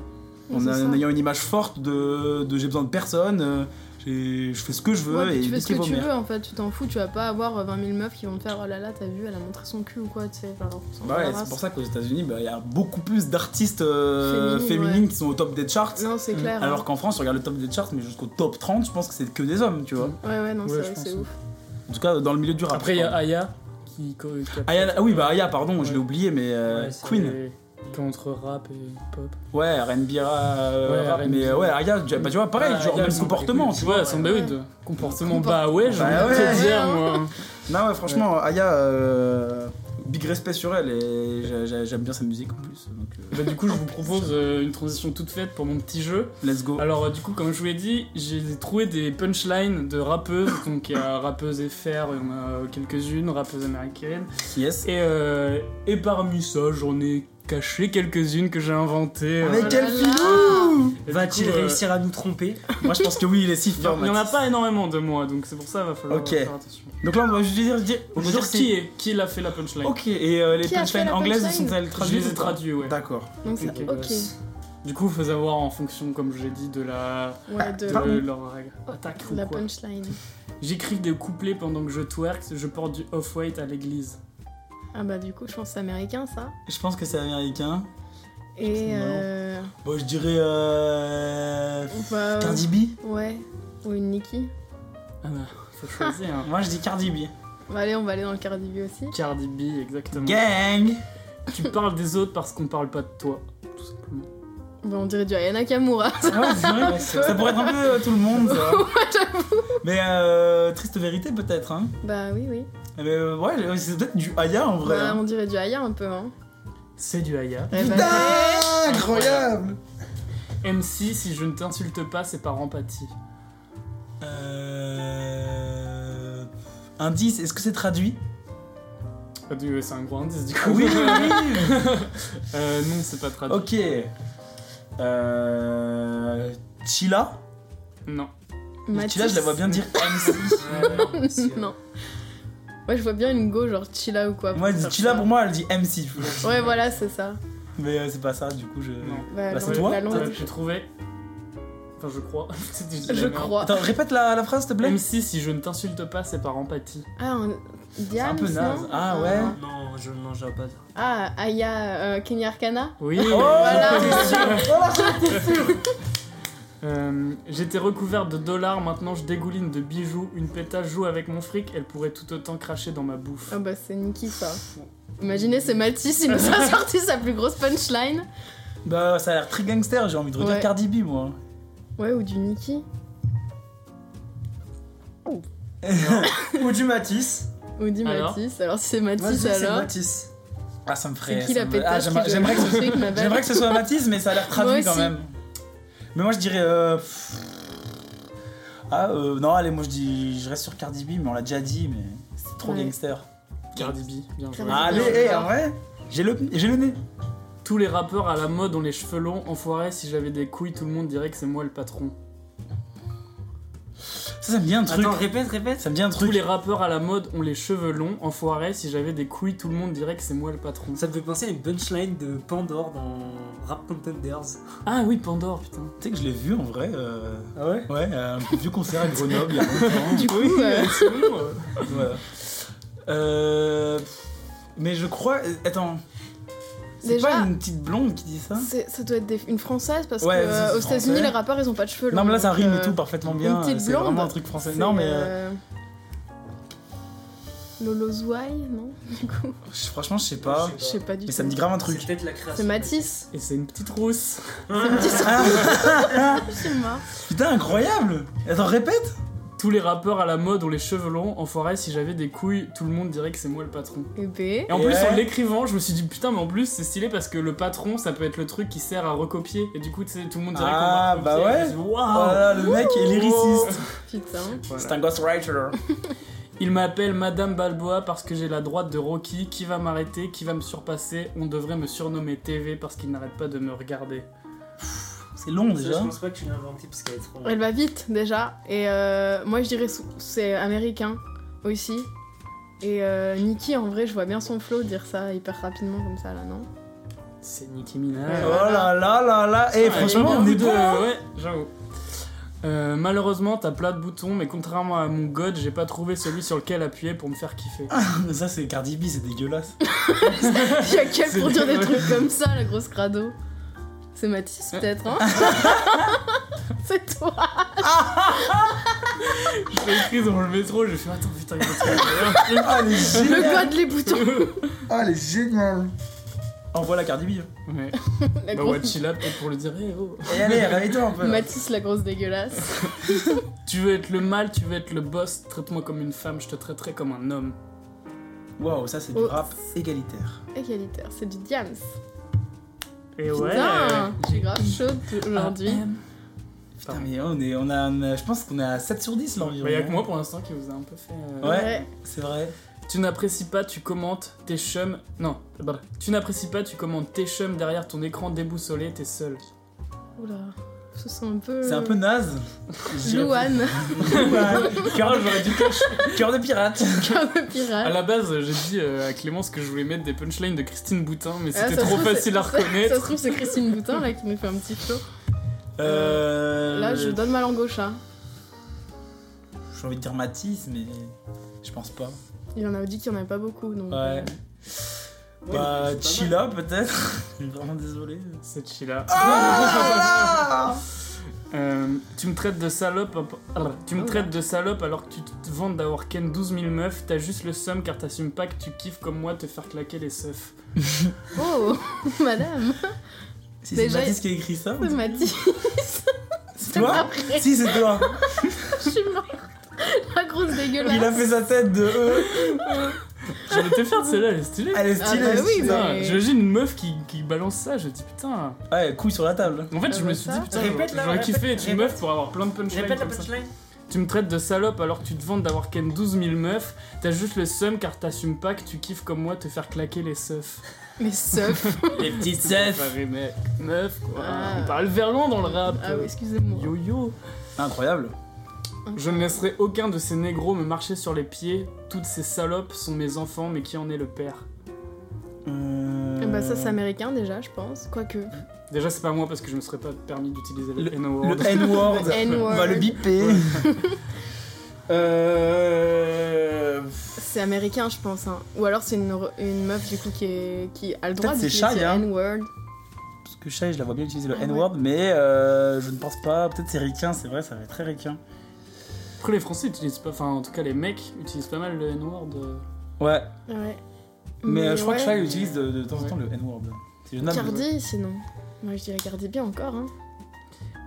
En,
c'est
a-
ça.
en ayant une image forte de, de j'ai besoin de personne, euh, j'ai- je fais ce que je veux
Ouais, puis
et
tu fais ce que
niquez vos
tu
mères.
veux en fait, tu t'en fous, tu vas pas avoir euh, 20 000 meufs qui vont te faire oh là là, t'as vu, elle a montré son cul ou quoi, tu sais. enfin, on s'en
Bah ouais,
barrasse.
c'est pour ça qu'aux États-Unis, bah, il y a beaucoup plus d'artistes euh,
Féminines,
féminines qui sont au top des charts.
Non, c'est clair.
Alors qu'en France, on regarde le top des charts, mais jusqu'au top 30, je pense que c'est que des hommes, tu vois.
hein. Ouais, ouais, non, c'est
Ouais,
vrai
je
que c'est
pense.
ouf.
En tout cas, dans le milieu du rap.
Après, il y a
quoi.
Aya qui. qui a-
Aya- Ah oui, bah Aya, pardon, je
Ouais.
l'ai oublié, mais euh,
Ouais, c'est-
Queen.
qui est entre rap et pop.
Ouais, R&B, euh,
Ouais,
rap,
R&B.
mais euh, ouais, Aya, bah tu vois, pareil,
Ah,
Ouais,
genre
Aya,
même
elle s'en bat les
comportement,
couilles.
tu
Tu
vois.
vois, elles sont bah oui,
ouais.
de comportement.
Comport-
Bah ouais, j'ai
Bah
envie de te
ouais.
dire,
Ouais,
moi.
Non, ouais, franchement, Aya, euh, big respect sur elle, et j'a- j'a- j'aime bien sa musique en plus, donc euh,
Bah, du coup, je vous propose euh, une transition toute faite pour mon petit jeu.
let's go.
Alors, euh, du coup, comme je vous l'ai dit, j'ai trouvé des punchlines de rappeuses. Donc, il y a rappeuse FR, il y en a euh, quelques-unes, rappeuses américaines.
Yes.
Et, euh, et parmi ça, j'en ai caché quelques-unes que j'ai inventées.
Mais
euh,
quel
Voilà.
filou
et du
Oh Va-t-il
coup, euh,
réussir à nous tromper
Moi je pense que oui, il est si
Il y
fort.
en- il y en a
Mathis.
pas énormément de moi, donc c'est pour ça, il va falloir
Ok.
faire attention.
Donc là on va juste dire, dire, on
On
va
va dire
c'est-
qui est, qui l'a fait la punchline.
Ok, et euh, les
Qui a fait
punchlines
la
anglaises,
punchline
sont-elles traduites
Je les ai
ou pas
traduits, ouais.
D'accord.
Donc c'est ok.
Du coup, faut savoir en fonction, comme je l'ai dit, de la
Ouais, de
de
Pardon.
leur règle. attaque ou
la
quoi.
punchline.
J'écris des couplets pendant que je twerk, je porte du off-white à l'église.
Ah bah du coup, je pense que c'est américain ça.
Je pense que c'est américain.
Et.
marrant.
Euh...
Bon, je dirais. Euh...
bah,
Cardi B
Ouais. Ou une Nikki.
Ah bah, faut choisir. hein.
Moi je dis Cardi B.
Bah, allez, on va aller dans le Cardi B aussi.
Cardi B, exactement.
Gang
tu parles des autres parce qu'on parle pas de toi, tout simplement.
Bah, on dirait du Ayana Kamura.
Ah, c'est vrai, Ça pourrait être un peu euh, tout le monde, ça. Mais euh, triste vérité peut-être, hein.
bah oui, oui.
Mais euh, ouais, c'est peut-être du Aya en vrai.
Bah,
hein.
on dirait du Aya un peu, hein.
C'est du Aya.
Eh bah,
Putain, incroyable
MC, si je ne t'insulte pas, c'est par empathie.
Euh... Indice, est-ce que c'est traduit
Ah, du- C'est un gros indice, du coup.
oui
Euh, non, c'est pas traduit.
Ok. Euh. Chila
Non.
Matisse.
Chila, je la vois bien hein. dire MC.
non. Ouais, je vois bien une go genre Chilla ou quoi.
moi, elle dit
faire
Chila,
ça.
pour moi, elle dit MC.
Ouais, voilà, c'est ça.
Mais euh, c'est pas ça, du coup, je.
Non.
Bah,
Bah, c'est
la-
toi
la
T'as-
langue.
Euh, J'ai trouvé. Enfin, je crois. C'est du-
Je
la merde.
crois.
Attends, répète la, la phrase, s'il te plaît.
MC, si je ne t'insulte pas, c'est par empathie.
Ah, un... Diams,
peu naze.
non
Ah, ouais.
Non, je ne mangerai pas. dire.
Ah, Aya euh, Kenya Arcana
Oui.
Oh
Voilà.
c'est sûr. Voilà, c'est-
Euh, J'étais recouverte de dollars, maintenant je dégouline de bijoux. Une pétasse joue avec mon fric, elle pourrait tout autant cracher dans ma bouffe.
Ah bah c'est Nikki ça. Imaginez, c'est Matisse, il nous a sorti sa plus grosse punchline.
Bah, ça a l'air très gangster, j'ai envie de redire
Ouais.
Cardi B, moi.
Ouais, ou du Nikki.
Ou du Matisse.
Ou du
Alors
Matisse. Alors si c'est
Moi, je
Matisse,
dis que c'est
alors.
Matisse.
Ah, ça me ferait.
C'est qui
ça
la
me- ah,
pétasse
j'aimerais-
qui veut
J'aimerais que, ce...
manger avec ma balle
j'aimerais que ce soit Matisse, mais ça a l'air traduit quand
aussi.
même. Mais moi, je dirais. euh, pff. Ah, euh, non, allez, moi, je dis. Je reste sur Cardi B, mais on l'a déjà dit, mais c'est trop
Ouais.
gangster.
Euh,
Ah,
Cardi B, bien joué.
Cardi
Allez,
B. Ouais.
eh, en vrai, j'ai le, j'ai le nez.
Tous les rappeurs à la mode ont les cheveux longs, enfoirés, si j'avais des couilles, tout le monde dirait que c'est moi le patron.
Ça, ça me dit un truc.
Attends, répète, répète.
ça me dit un
Tous
truc.
les rappeurs à la mode ont les cheveux longs, enfoirés, si j'avais des couilles, tout le monde dirait que c'est moi le patron.
Ça me fait penser à une punchline de Pandore dans Rap Contenders.
Ah oui, Pandore, putain.
Tu sais que je l'ai vu en vrai. euh,
Ah ouais
Ouais, euh, un vieux concert à Grenoble il y a longtemps.
Du coup, euh,
Voilà. Euh, Mais je crois. euh, Attends. C'est
Déjà-
pas une petite blonde qui dit ça
c'est- ça doit être des- une française parce
Ouais,
que
c'est-
euh,
c'est
aux États-Unis,
français.
les rappeurs ils ont pas de cheveux.
Non, mais là ça
donc,
rime et
euh,
tout parfaitement bien.
une petite
C'est
blonde,
vraiment un truc français.
c'est,
Non, mais. euh,
euh, Lolo Zouai, non
je- Franchement, je sais pas.
Je sais pas du
Mais
tout.
ça me dit grave un
C'est
truc.
peut-être la création.
C'est Matisse.
Et c'est une petite rousse.
Ça me dit ça. Je suis mort.
Ah, Putain, incroyable Attends, répète
Tous les rappeurs à la mode ont les cheveux longs, enfoirés, si j'avais des couilles, tout le monde dirait que c'est moi le patron.
Et B.
Et en plus,
Ouais.
en l'écrivant, je me suis dit putain, mais en plus, c'est stylé parce que le patron, ça peut être le truc qui sert à recopier. Et du coup, tu sais, tout le monde dirait qu'on
Ah,
va recopier.
bah ouais.
Et je me suis dit, Waouh
Oh là là, le mec est lyriciste
Putain.
Voilà.
C'est un ghostwriter
Il m'appelle Madame Balboa parce que j'ai la droite de Rocky. Qui va m'arrêter Qui va me surpasser On devrait me surnommer TV parce qu'il n'arrête pas de me regarder.
C'est long
Ça,
déjà.
Je pense pas que tu l'as inventé parce qu'elle est trop.
Elle va vite déjà. Et euh, moi je dirais sou- c'est américain aussi. Et euh, Nikki en vrai je vois bien son flow dire ça hyper rapidement comme ça là non
C'est Nicki Minaj.
Ouais.
Oh là là là là Et
Ouais,
Eh, franchement,
j'avoue,
on est
de-
bon hein.
Ouais, j'avoue. Euh, malheureusement, t'as plein de boutons, mais contrairement à mon god, j'ai pas trouvé celui sur lequel appuyer pour me faire kiffer.
Mais hein. Ça, c'est Cardi B, c'est dégueulasse.
Il y a qu'elle pour
C'est-
dire des trucs comme ça la grosse crado. C'est Matisse peut-être hein C'est toi
Je l'ai écrit dans le métro, j'ai fait attends putain, il y a un truc.
Ah, elle est
Le
géniale.
code les boutons
Ah, elle est géniale Envoie la Cardi B. hein.
Ouais.
La
Bah
grosse-
watch it up peut-être pour le dire. eh, oh.
Et allez, réveille-toi un peu. là.
Matisse la grosse dégueulasse.
Tu veux être le mal, tu veux être le boss, traite-moi comme une femme, je te traiterai comme un homme.
Waouh, ça, c'est du
Oh.
rap égalitaire.
Égalitaire, c'est du diams.
Et
Putain, j'ai Ah, grave
Mm.
chaude aujourd'hui.
Putain, mais on est, on a, on a- je pense qu'on est à 7 sur 10 là environ.
Bah, y a que moi pour l'instant qui vous a un peu fait. euh,
Ouais. C'est vrai.
Tu n'apprécies pas, tu commentes, t'es chum. Non, pardon. Tu n'apprécies pas, tu commentes, t'es chum derrière ton écran déboussolé, t'es seul.
Oula, ça sent un peu. euh,
C'est un peu naze. J'irais-
Louane,
Ouais.
Car j'aurais dû cacher.
Cœur de pirate.
cœur de
À
pirate.
la base, j'ai dit euh, à Clémence que je voulais mettre des punchlines de Christine Boutin, mais
Ah,
c'était
ça se
trop
trouve,
facile
c'est-
à
Ça se
reconnaître.
trouve, c'est Christine Boutin là qui nous fait un petit flow.
Euh...
Là, je donne ma langue au chat.
J'ai envie de dire Matisse, mais je pense pas.
Il en a dit qu'il n'y en a pas beaucoup. Donc,
Ouais.
Ouais,
bah,
mais c'est pas
Chilla peut-être. Je suis vraiment désolé.
Cette chila.
Ah
Ah
Euh, tu me traites de salope, alors- tu me traites de salope alors que tu te vantes d'avoir ken 12 000 meufs, t'as juste le seum car t'assumes pas que tu kiffes comme moi te faire claquer les seufs.
Oh, madame,
Si c'est
Déjà,
Matisse qui a écrit ça,
c'est Mathis.
c'est toi
Après,
Si, c'est toi.
je suis morte. La grosse dégueulasse.
Il a fait sa tête de E.
J'en étais fier de celle-là, elle est stylée.
Elle est
Ah
stylée.
bah
putain.
oui, mais-
Putain, J'imagine une meuf qui, qui balance ça, je dis putain.
Ouais, couille sur la table.
En fait,
Ah
je
bah
me suis
ça.
dit putain,
Répète,
j'aurais-
là,
j'aurais
répète,
kiffé être une
répète.
meuf pour avoir plein de punchlines.
Répète la
comme ça.
punchline.
Tu me traites de salope alors que tu te vantes d'avoir ken 12 000 meufs, t'as juste le seum car t'assumes pas que tu kiffes comme moi te faire claquer les seufs.
Mais sauf.
Les petites
C'est pas vrai, mec. Meuf, quoi.
Ah.
On parle verlan dans le rap.
Ah oui, excusez-moi.
Yo yo.
Incroyable.
Je ne laisserai aucun de ces négros me marcher sur les pieds. Toutes ces salopes sont mes enfants, mais qui en est le père
Euh...
Eh Bah, ça, c'est américain déjà, je pense. Quoique.
Déjà, c'est pas moi parce que je me serais pas permis d'utiliser le,
Le-
N-word.
Le N-word.
Le N-word.
On va le biper. euh...
C'est américain, je pense. hein. Ou alors, c'est une, re- une meuf du coup qui, est... qui a le droit
Peut-être
de
c'est Shai, hein.
N-word.
Parce que Shai, je la vois bien utiliser le
Ah ouais.
N-word, mais euh, je ne pense pas. Peut-être c'est ricain, c'est vrai, ça va être très ricain.
Après, les Français utilisent pas, enfin, en tout cas, les mecs utilisent pas mal le N-word. euh.
Ouais,
Ouais.
mais, euh, je crois que
ouais.
Shai utilise de, de temps en temps le N-word. Si je n'abuse.
Cardi, sinon. Moi, je dirais Cardi bien encore. Hein.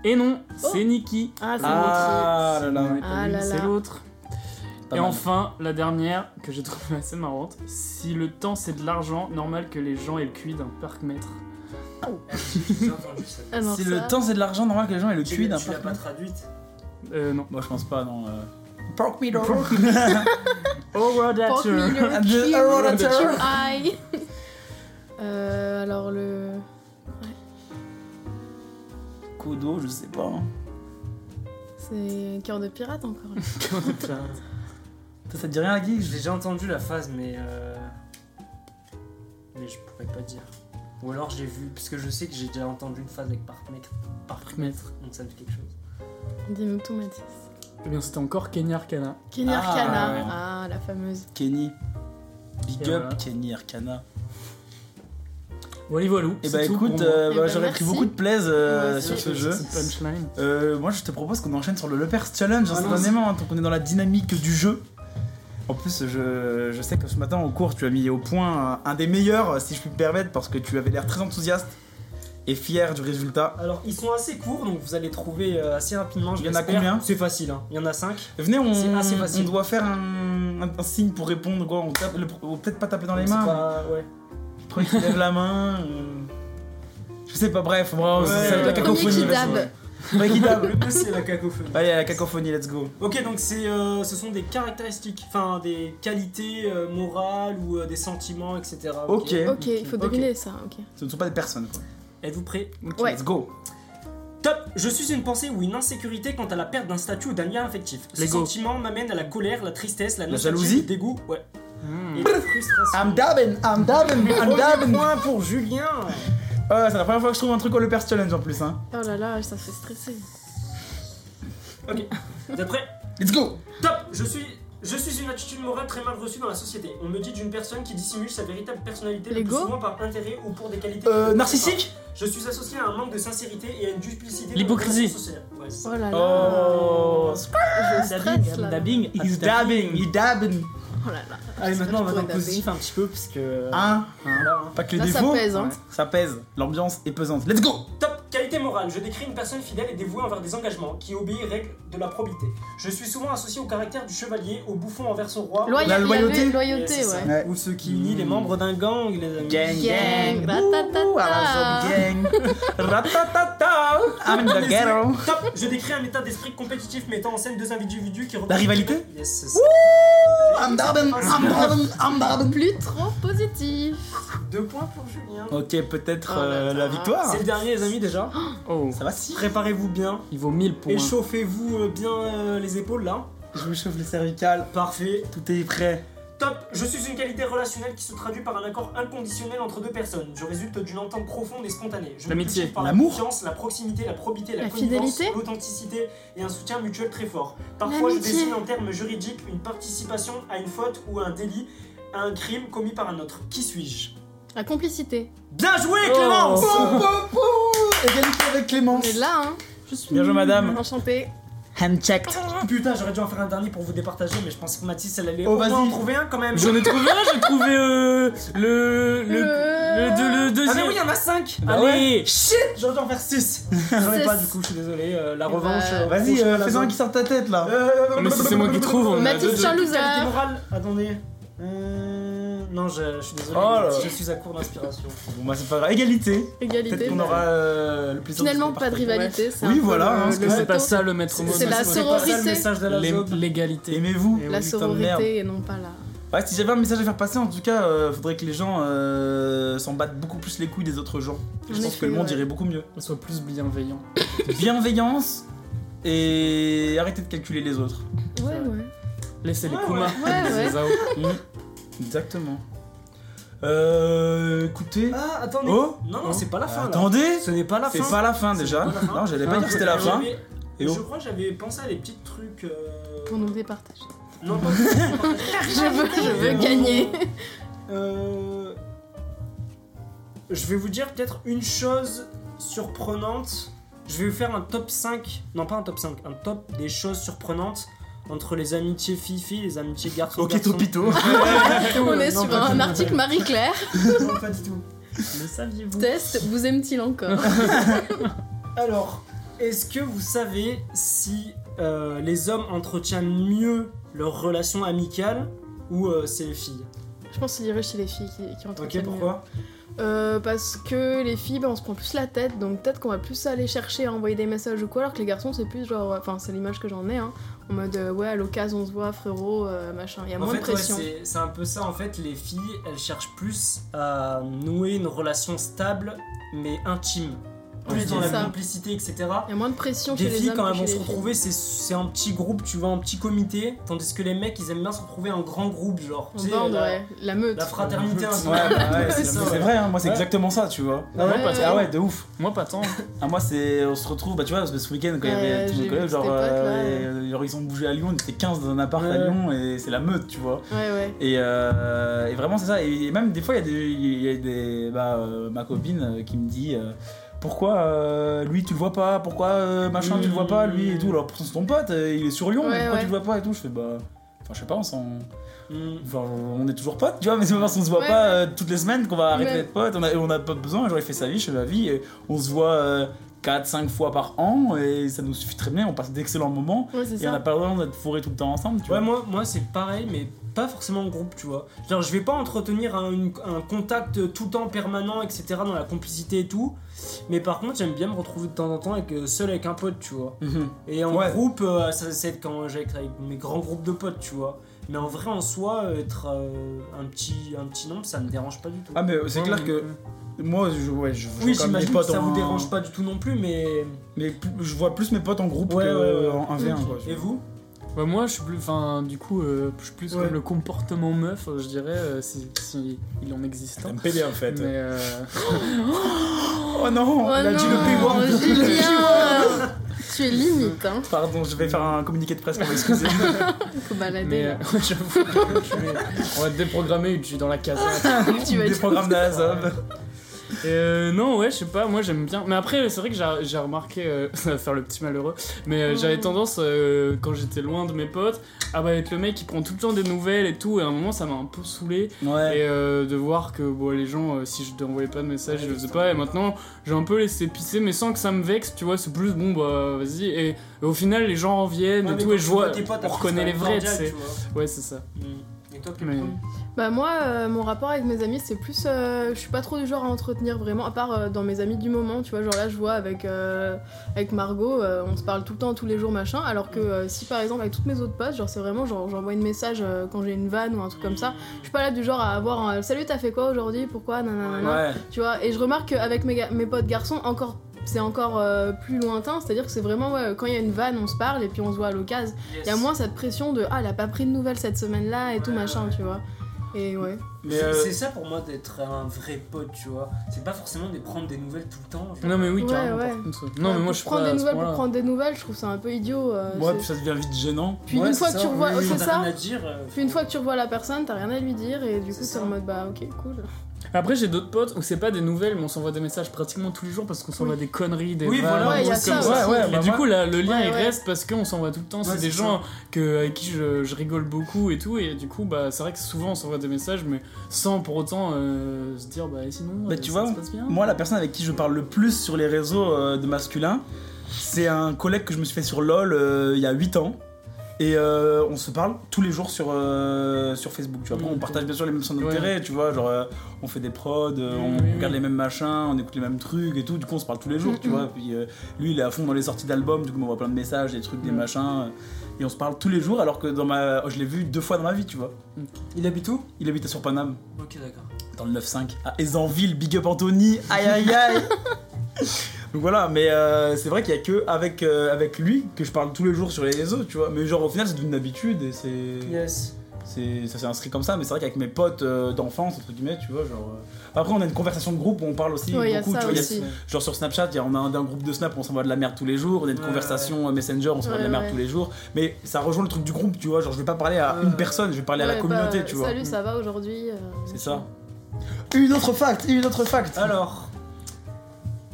Et non,
Oh.
c'est Nikki.
Ah, c'est
Ah là là.
C'est-
Ah là
C'est
là.
l'autre.
Pas
Et
mal.
enfin, la dernière que j'ai trouvée assez marrante. Si le temps c'est de l'argent, normal que les gens aient le QI d'un parc mètre.
J'ai entendu ça.
Ah non,
Si
ça-
le temps c'est de l'argent, normal que les gens aient le
Tu
QI d'un
tu l'as
parc.
pas traduite
Euh, non.
Moi je pense pas, non. Euh... Pork me dog.
Oh,
Pork Miller,
The
Q,
Aerodater.
I. Euh, alors le.
Kodo, je sais pas. hein.
C'est Cœur de pirate encore.
Putain.
Ça, ça te dit rien, Guy
J'ai déjà entendu la phrase, mais. euh, Mais je pourrais pas dire. Ou alors j'ai vu, parce que je sais que j'ai déjà entendu une phrase avec Parkmètre,
Parkmètre.
donc ça me dit quelque chose.
Dis-nous tout, Mathis.
Eh bien, c'était encore Kenya Arcana.
Kenny
Ah,
Arcana.
ouais.
Ah, la fameuse.
Kenny. Big
Et
up,
voilà.
Kenny Arcana.
Voilà, voilou.
Et
c'est
bah
tout pour
écoute,
moi.
euh,
Eh
bah,
ben,
j'aurais pris
merci.
beaucoup de plaise euh,
Moi aussi.
sur ce
Merci.
jeu.
Petite punchline.
Euh, moi je te propose qu'on enchaîne sur le Lepers Challenge
Ah,
instantanément, hein, tant qu'on est dans la dynamique du jeu. En plus, je, je sais que ce matin en cours, tu as mis au point un, un des meilleurs, euh, si je puis me permettre, parce que tu avais l'air très enthousiaste et fier du résultat.
Alors ils sont assez courts, donc vous allez trouver euh, assez rapidement. je
Il y en a
l'espère.
combien
C'est facile, hein. il y en a 5.
Venez, on,
C'est assez facile.
on doit faire un, un- un signe pour répondre, quoi. On tape le- on va peut-être pas taper dans les mains,
ouais.
mais premier qui lève la main. euh, Je sais pas, bref, bon,
Ouais,
c'est- c'est
ouais.
la
Premier
cacophonie.
qui
vas-y.
dab.
Premier qui dab.
Le 2 c'est la cacophonie.
Allez, à la cacophonie, let's go.
Ok, donc c'est, euh, ce sont des caractéristiques, enfin des qualités euh, morales ou euh, des sentiments, etc.
Ok.
Ok, il faut
Ok.
deviner ça. Ok.
Ce ne sont pas des personnes, quoi.
Êtes-vous prêts
Ok,
Ouais.
Let's go.
Top Je suis une pensée ou une insécurité quant à la perte d'un statut ou d'un lien affectif. Ce
Lego.
sentiment m'amène à la colère, la tristesse, la,
La
nostalgie,
jalousie
le dégoût, ouais.
Mmh.
Et la
Ah
frustration.
I'm dabbing, I'm dabbing, I'm dabbing.
Point pour Julien
Ah, c'est la première fois que je trouve un truc au Le Perse Challenge en plus. Hein.
Oh là là, ça fait stresser.
Vous êtes prêts
Let's go.
Top Je suis. Je suis une attitude morale très mal reçue dans la société. On me dit d'une personne qui dissimule sa véritable personnalité le plus
Lego
souvent par intérêt ou pour des qualités.
Euh, narcissique
Je suis associé à un manque de sincérité et à une duplicité. dans
L'hypocrisie.
les relations sociales. Ouais, c'est ça.
Oh là là.
Oh,
Je stresse là.
Dabbing,
he's dabbing, he's dabbing.
Oh là là.
Allez, maintenant on va dans le
Dabber.
positif un petit peu parce que.
Hein
Voilà, hein.
Pas que les
Là, ça
défauts.
pèse, hein.
Ça pèse. L'ambiance est pesante. Let's go.
Top Qualité morale, je décris une personne fidèle et dévouée envers des engagements, qui obéit aux règles de la probité. Je suis souvent associé au caractère du chevalier, au bouffon envers son roi.
Loyal-
La
il y avait
loyauté.
loyauté,
c'est ça.
ouais.
Ouais.
Ou ceux qui unit les
Mmh.
membres d'un gang, les amis.
Gang,
Gang,
gang.
ratatata.
Ouh, à la zone gang. Ratatata. I'm in the ghetto.
Top Je décris un état d'esprit compétitif mettant en scène deux individus qui représentent-
rivalité
Yes, c'est ça.
I'm dabbing, I'm dabbing, I'm dabbing.
Plus trop positif.
Deux points pour Julien.
Ok, peut-être
Oh là
euh,
là.
la victoire.
C'est le dernier, les amis, déjà.
Oh,
Ça va si.
Préparez-vous bien.
il vaut 1000 points.
Échauffez-vous euh, bien euh, les épaules, là.
Je me chauffe les cervicales.
Parfait.
Tout est prêt.
Top, je suis une qualité relationnelle qui se traduit par un accord inconditionnel entre deux personnes. Je résulte d'une entente profonde et spontanée. Je me
L'amitié,
cultive par la
l'amour.
confiance, la proximité, la probité, la,
La
connivence,
fidélité.
l'authenticité et un soutien mutuel très fort. Parfois, je
L'amitié.
dessine en termes juridiques une participation à une faute ou à un délit, à un crime commis par un autre. Qui suis-je
La complicité.
Bien joué,
Oh.
Clémence
Pou, pou, pou. Égalité avec
On
Clémence.
est là, hein. Je suis
Bien joué, madame.
enchantée.
Handchecked.
Putain, j'aurais dû en faire un dernier pour vous départager, mais je pensais que Mathis, elle allait
Oh,
au moins
vas-y.
en trouver un quand même. Ah,
J'en ai trouvé un, j'ai trouvé euh, le, le, le,
Euh,
le- le
Ah,
deuxième.
mais oui, il y en a 5
ah
Bah ouais.
Shit J'aurais dû en faire 6 J'en ai
Six.
pas du coup, je suis désolé. euh, la
Eh
revanche.
ben,
euh,
Vas-y,
prochaine,
euh,
la
fais-en un
zone.
qui sort de ta tête là.
Euh,
Mais si c'est moi qui trouve, on a
Mathis
deux, deux.
Charlouse.
Qualité morale, attendez. Euh, non, je, je suis désolé,
Oh là.
je suis à court d'inspiration.
Bon bah c'est pas grave. Égalité.
Égalité.
Peut-être qu'on aura euh, le plaisir.
Finalement,
se
pas de
partager.
rivalité. c'est
Oui,
un peu euh,
voilà,
le-
hein,
Parce que
le
c'est pas
motto.
ça le maître mot.
C'est la
de ce
sororité.
C'est pas ça le message de la
Les-
zob.
L'égalité.
Aimez-vous.
Et
La
oui,
Eh putain de merde.
sororité et non pas la.
Ouais, si j'avais un message à faire passer, en tout cas, euh, faudrait que les gens euh, s'en battent beaucoup plus les couilles des autres gens. Je
En
pense
effet,
que le monde
ouais.
irait beaucoup mieux.
qu'on soit plus bienveillant.
Bienveillance et arrêtez de calculer les autres.
Ouais, ouais.
Laissez les
Ah, Ouais,
Kuma.
Ah ouais. Ouais, ouais.
C'est ça.
Exactement. Euh, écoutez.
Ah, attendez.
Oh
non, non,
Oh.
c'est pas la fin. là.
Attendez.
Ce n'est pas la fin.
C'est pas la fin déjà.
pas la fin.
Non, j'allais pas
Ah,
dire que c'était la fin.
J'avais-
Et
Je
oh.
crois que j'avais pensé à des petits trucs. euh,
Pour nous départager.
Non, pas je
Je veux, je veux gagner.
Euh, Je vais vous dire peut-être une chose surprenante. Je vais vous faire un top 5, non pas un top 5, un top des choses surprenantes entre les amitiés filles-filles, les amitiés garçons
Ok, Topito.
On est
Non,
sur
pas du
un
tout.
article Marie-Claire.
Non, pas du tout. Le saviez-vous
Test, vous aime-t-il encore
Alors, est-ce que vous savez si euh, les hommes entretiennent mieux leur relation amicale ou euh, c'est les filles
Je pense qu'il irait chez les filles qui, qui
Ok,
entretiennent mieux.
pourquoi
Euh, parce que les filles, bah, on se prend plus la tête, donc peut-être qu'on va plus aller chercher à envoyer des messages ou quoi, alors que les garçons, c'est plus genre. Enfin, c'est l'image que j'en ai, hein, en mode euh, ouais, à l'occasion, on se voit, frérot, euh, machin. Il y a
En
moins
fait,
de
ouais,
pression.
c'est- c'est un peu ça. En fait, les filles, elles cherchent plus à nouer une relation stable, mais intime. Plus
Ouais,
dans
c'est
la
ça.
complicité, etc.
Il y a moins de pression
Des
chez les
filles,
hommes.
quand
que
elles vont
chez
se
les filles.
retrouver, c'est- c'est un petit groupe, tu vois, un petit comité. Tandis que les mecs, ils aiment bien se retrouver en grand groupe, genre.
On
tu sais,
bande,
la,
ouais, la meute.
la fraternité. un peu.
Ouais, bah ouais, c'est
C'est ça,
c'est
ouais.
vrai, hein, moi c'est
Ouais.
exactement ça, tu vois.
Ah ouais,
Ouais,
pas
ouais.
Ah ouais, de ouf.
Moi, pas tant.
Ah, moi, c'est. On se retrouve, bah tu vois, parce que ce week-end, quand il y
Ouais,
avait tous
j'ai
mes
vu
collègues, genre,
tes potes,
euh, genre, ils ont bougé à Lyon, on était 15 dans un appart à
Ouais.
Lyon, et c'est la meute, tu vois.
Ouais, ouais.
Et, euh, et vraiment, c'est ça. Et même des fois, il y a des. il y a des bah, euh, ma copine euh, qui me dit euh, Pourquoi euh, lui, tu le vois pas Pourquoi euh, machin, tu le vois pas Lui et tout. Alors, pourtant, c'est ton pote, euh, il est sur Lyon,
Ouais,
pourquoi
ouais.
tu le vois pas et tout Je fais Bah. Enfin, je sais pas, on s'en.
Mm.
Enfin, on est toujours potes, tu vois, mais c'est pas parce qu'on se voit
Ouais,
pas
ouais.
euh, toutes les semaines qu'on va arrêter
Ouais.
d'être potes. On a, on a pas besoin, genre il fait sa vie, je fais ma vie. et on se voit 4-5 fois par an et ça nous suffit très bien, on passe d'excellents moments
Ouais, c'est
et on n'a
ça.
pas le droit d'être fourrés tout le temps ensemble, tu
Ouais,
vois.
moi, moi c'est pareil, mais pas forcément en groupe, tu vois. Genre, je vais pas entretenir un, une- un contact tout le temps permanent, etc., dans la complicité et tout. Mais par contre, j'aime bien me retrouver de temps en temps avec, euh, seul avec un pote, tu vois.
Mhm.
Et en
Ouais.
groupe, euh, ça c'est quand j'ai avec mes grands groupes de potes, tu vois. Mais en vrai, en soi, euh, être euh, un, petit, un petit nombre, ça me dérange pas du tout.
Ah, mais c'est
Ouais,
clair
mais-
que moi, je, ouais, je je vois
oui,
quand même mes
j'imagine que
potes
ça
en-
vous dérange pas du tout non plus, mais.
Mais plus- je vois plus mes potes en groupe
Ouais,
que
ouais, ouais.
en 1v1. quoi, tu
Et
vois.
vous
Bah, moi, je suis plus. Enfin, du coup, euh, je suis plus
Ouais.
comme le comportement meuf, euh, je dirais, euh, si, si il en existe.
T'es
un.
un PD en fait.
Mais euh,
Oh non,
Oh
il a dit le
non,
P-word.
Julien Tu es limite, hein.
Pardon, je vais faire un communiqué de presse pour m'excuser.
Faut balader.
mais euh,
là.
ouais, j'avoue, je vais- on va te déprogrammer, tu es dans la case.
tu vas
Des
être-
programmes de la Zob.
Et, euh, non, ouais, je sais pas, moi j'aime bien. Mais après, c'est vrai que j'ai- j'ai remarqué, euh, ça va faire le petit malheureux, mais euh,
Oh.
j'avais tendance, euh, quand j'étais loin de mes potes, à bah, être le mec qui prend tout le temps des nouvelles et tout, et à un moment ça m'a un peu saoulé.
Ouais.
Et euh, de voir que bon, les gens, euh, si je n'envoyais pas de message, je le faisais pas. Et maintenant, j'ai un peu laissé pisser, mais sans que ça me vexe, tu vois. C'est plus bon, bah vas-y. Et, et au final, les gens en viennent
Ouais,
et
Ah, mais
tout.
quand
Et
tu
je vois,
tes potes,
on
après,
reconnaît
c'est
les vrais, tu
cordial,
sais.
vois.
Ouais, c'est ça.
Mm. Et toi,
Mais-
Clément
Bah moi, euh, mon rapport avec mes amis, c'est plus, euh, je suis pas trop du genre à entretenir vraiment, à part euh, dans mes amis du moment, tu vois, genre là je vois avec, euh, avec Margot, euh, on se parle tout le temps, tous les jours, machin, alors que euh, si par exemple avec toutes mes autres potes, genre c'est vraiment genre j'envoie une message euh, quand j'ai une vanne ou un truc comme ça, je suis pas là du genre à avoir un salut t'as fait quoi aujourd'hui, pourquoi, nanana,
Ouais.
tu vois, et je remarque qu'avec mes, ga- mes potes garçons, encore c'est encore euh, plus lointain, c'est-à-dire que c'est vraiment ouais, quand il y a une vanne, on se parle et puis on se voit à l'occasion. Il y a
Yes.
moins cette pression de ah, elle a pas pris de nouvelles cette semaine-là et tout
Ouais,
machin,
ouais.
tu vois. Et ouais.
Mais
C'est
euh,
c'est ça pour moi d'être un vrai pote, tu vois. C'est pas forcément de prendre des nouvelles tout le temps. genre.
Non, mais oui,
Ouais,
carrément.
ouais.
par contre. Non, mais moi
Ouais, pour
je suis
prendre
pas
des
à ce
nouvelles pour
point-là.
prendre des nouvelles, je trouve ça un peu idiot. euh,
ouais,
c'est-
puis ça devient vite gênant.
Puis
Ouais,
une fois
c'est
que tu
ça,
revois,
oui,
ouais,
oui,
c'est
t'as
ça.
rien à dire, euh,
Puis une fois que tu revois la personne, t'as rien à lui dire et du coup
C'est
c'est
ça.
en mode bah ok cool.
Mais Après, j'ai d'autres potes où c'est pas des nouvelles, mais on s'envoie des messages pratiquement tous les jours parce qu'on s'envoie des conneries, des
Oui,
vannes,
voilà,
des
ouais, il y a
trucs comme
ça
ça.
aussi.
Ouais,
Et
bah,
du
moi-
coup, là, le lien
Ouais,
il
ouais.
reste parce qu'on s'envoie tout le temps.
Ouais,
c'est des
c'est
gens que, avec qui je, je rigole beaucoup et tout. Et du coup, bah, c'est vrai que souvent on s'envoie des messages, mais sans pour autant euh, se dire, bah et sinon,
Bah,
euh,
tu
ça
vois,
se passe bien.
Moi, la personne avec qui je parle le plus sur les réseaux euh, de masculin, c'est un collègue que je me suis fait sur LOL euh, il y a 8 ans. Et euh, on se parle tous les jours sur, euh, sur Facebook. Tu vois. Après,
Mm,
on partage bien sûr les mêmes centres
Ouais.
d'intérêt, tu vois. Genre, euh, on fait des prods, euh, on
Mm, oui,
regarde
oui.
les mêmes machins, on écoute les mêmes trucs et tout. Du coup, on se parle tous les jours, tu vois. Puis euh, lui, il est à fond dans les sorties d'albums, du coup, on voit plein de messages, des trucs, des
Mm.
machins. euh, Et on se parle tous les jours, alors que dans ma... je l'ai vu deux fois dans ma vie, tu vois.
Il habite où
Il habitait sur Paname,
Ok, d'accord.
dans le 9-5, à Aisanville, Big Up Anthony, aïe aïe aïe Donc voilà, mais euh, c'est vrai qu'il y a que avec, euh, avec lui que je parle tous les jours sur les réseaux, tu vois. Mais genre au final, c'est une habitude et c'est.
Yes.
c'est- Ça s'est inscrit comme ça, mais c'est vrai qu'avec mes potes euh, d'enfance, entre guillemets, tu vois, genre. euh, Après, on a une conversation de groupe où on parle aussi
Ouais, il y a
beaucoup,
ça
tu vois. il y a-
aussi.
Genre sur Snapchat, il y a- on a un, un groupe de Snap, on s'envoie de la merde tous les jours, on a une
Ouais,
conversation euh, Messenger, on s'envoie de la
Ouais,
merde
ouais.
tous les jours. Mais ça rejoint le truc du groupe, tu vois. Genre, je vais pas parler à
Ouais.
une personne, je vais parler à la
Ouais,
communauté,
bah,
tu vois.
Salut, ça va aujourd'hui. euh,
C'est ça. Une autre fact, une autre fact.
Alors,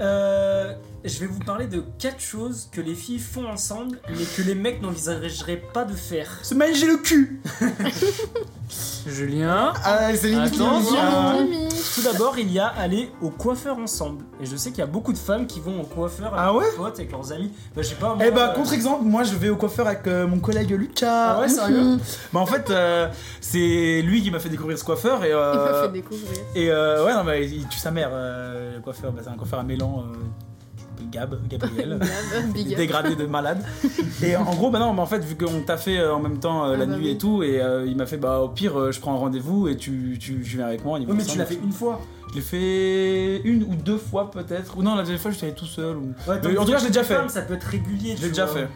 euh, je vais vous parler de quatre choses que les filles font ensemble, mais que les mecs n'envisageraient pas de faire.
Se manger le cul.
Julien,
Ah, c'est limite
Attends,
limite,
Bonjour,
Ah.
euh,
mon Mimi.
Tout d'abord, il y a aller au coiffeur ensemble. Et je sais qu'il y a beaucoup de femmes qui vont au coiffeur avec
Ah ouais
leurs potes, avec leurs amis. Bah, je sais pas. moi,
Eh ben,
euh,
contre-exemple, moi je vais au coiffeur avec euh, mon collègue Lucas.
Ah ouais, sérieux
Bah en fait, euh, c'est lui qui m'a fait découvrir ce coiffeur et. euh,
Il m'a fait découvrir.
Et euh, ouais, non, bah, il tue sa mère, euh, le coiffeur. Bah, c'est un coiffeur à Mélan, euh, Gab, Gabriel.
Big up.
dégradé de malade. Et en gros, bah non, mais en fait, vu qu'on t'a fait euh, en même temps euh,
Ah
la
bah
nuit
oui.
et tout, et euh, il m'a fait, bah au pire, euh, je prends un rendez-vous et tu, tu, tu viens avec moi. on y va
Oui, mais tu
ensemble.
l'as fait une fois.
Je l'ai fait une ou deux fois peut-être. Ou non, la dernière fois, je suis allé tout seul. Ou...
Ouais,
Mais en tout cas, je l'ai déjà fait.
Ça peut être régulier.
Je
tu
l'ai déjà
vois.
fait.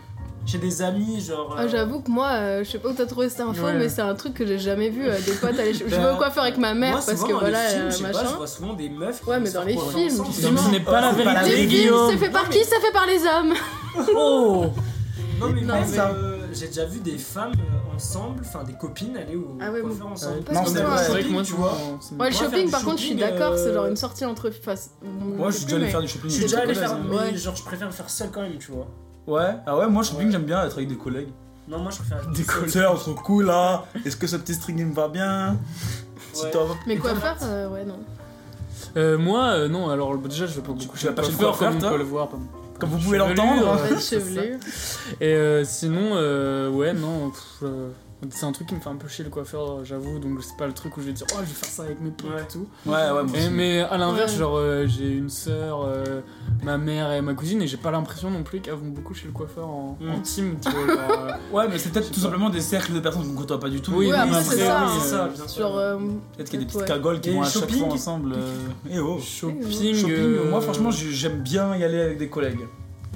Chez des amis, genre.
Ah,
euh,
J'avoue que moi, euh, je sais pas où t'as trouvé cette info,
Ouais.
mais c'est un truc que j'ai jamais vu. euh, des potes aller. Je je vais
Bah,
au coiffeur avec ma mère
moi,
parce
souvent,
que
dans les
voilà,
films,
euh,
je sais pas, je
machin.
vois souvent des meufs qui
Ouais,
vont
mais
se
dans les
reprendre
films,
ensemble.
justement.
Ce n'est pas la
C'est pas la
Des
vérité,
vérité.
films,
Guillaume.
ça fait par
Non,
qui
mais-
Ça fait par les hommes
Oh
Non, mais
Non,
même,
mais-
euh, j'ai déjà vu des femmes euh, ensemble, enfin des copines aller au
Ah ouais,
coiffeur
bon.
ensemble.
Parce Non, que c'est
moi,
C'est
Ouais,
vrai que moi,
tu
tu
vois.
vois.
Ouais, le
Moi,
shopping,
faire
par
du
contre, je suis
shopping,
d'accord, c'est
euh,
genre une sortie entre. euh, Enfin, c'est-
Moi, je
sais
suis
plus,
déjà allé
mais-
faire du shopping.
Je suis déjà
des
allé
trucs
faire,
comme
mais
ça. Ouais.
genre je préfère le faire seul quand même, tu vois.
Ouais, ah ouais, moi, shopping,
Ouais.
j'aime bien être avec des collègues.
Non, moi je préfère. être
Des
seul.
collègues, on se trouve cool là. Est-ce que ce petit string il me va bien Si
Ouais.
t'en vas-
Mais quoi faire euh, Ouais, non.
Euh, moi, euh, non, alors bah, déjà, je vais pas beaucoup
coup, tu vas pas
chez le
chez le
coiffeur,
coiffeur,
comme on
toi
peut le voir. pardon.
Comme vous
Je
pouvez
suis
l'entendre,
velu,
Pas
euh,
de
c'est ça.
chevelure.
Et euh, sinon, euh, ouais, non, pff, euh, c'est un truc qui me fait un peu chier le coiffeur, euh, j'avoue, donc c'est pas le truc où je vais dire, oh, je vais faire ça avec mes potes
Ouais.
et tout.
Ouais, ouais, moi
Et-
aussi.
mais à l'inverse,
Ouais.
genre, euh, j'ai une sœur, euh, ma mère et ma cousine, et j'ai pas l'impression non plus qu'elles vont beaucoup chez le coiffeur en,
Mm.
en team, tu vois, genre, euh,
Ouais, mais c'est peut-être
Je
tout
sais pas.
simplement des cercles de personnes qu'on côtoie pas du tout.
Oui,
Ouais,
oui,
après,
après,
c'est ça.
oui,
hein.
C'est ça, Ah, bien sûr.
Genre. euh,
Peut-être qu'il y a des petites
Ouais.
cagoles qui
Et
vont à chaque
shopping
fois ensemble. euh, Eh oh
shopping.
Shopping,
euh,
moi franchement, j'ai- j'aime bien y aller avec des collègues.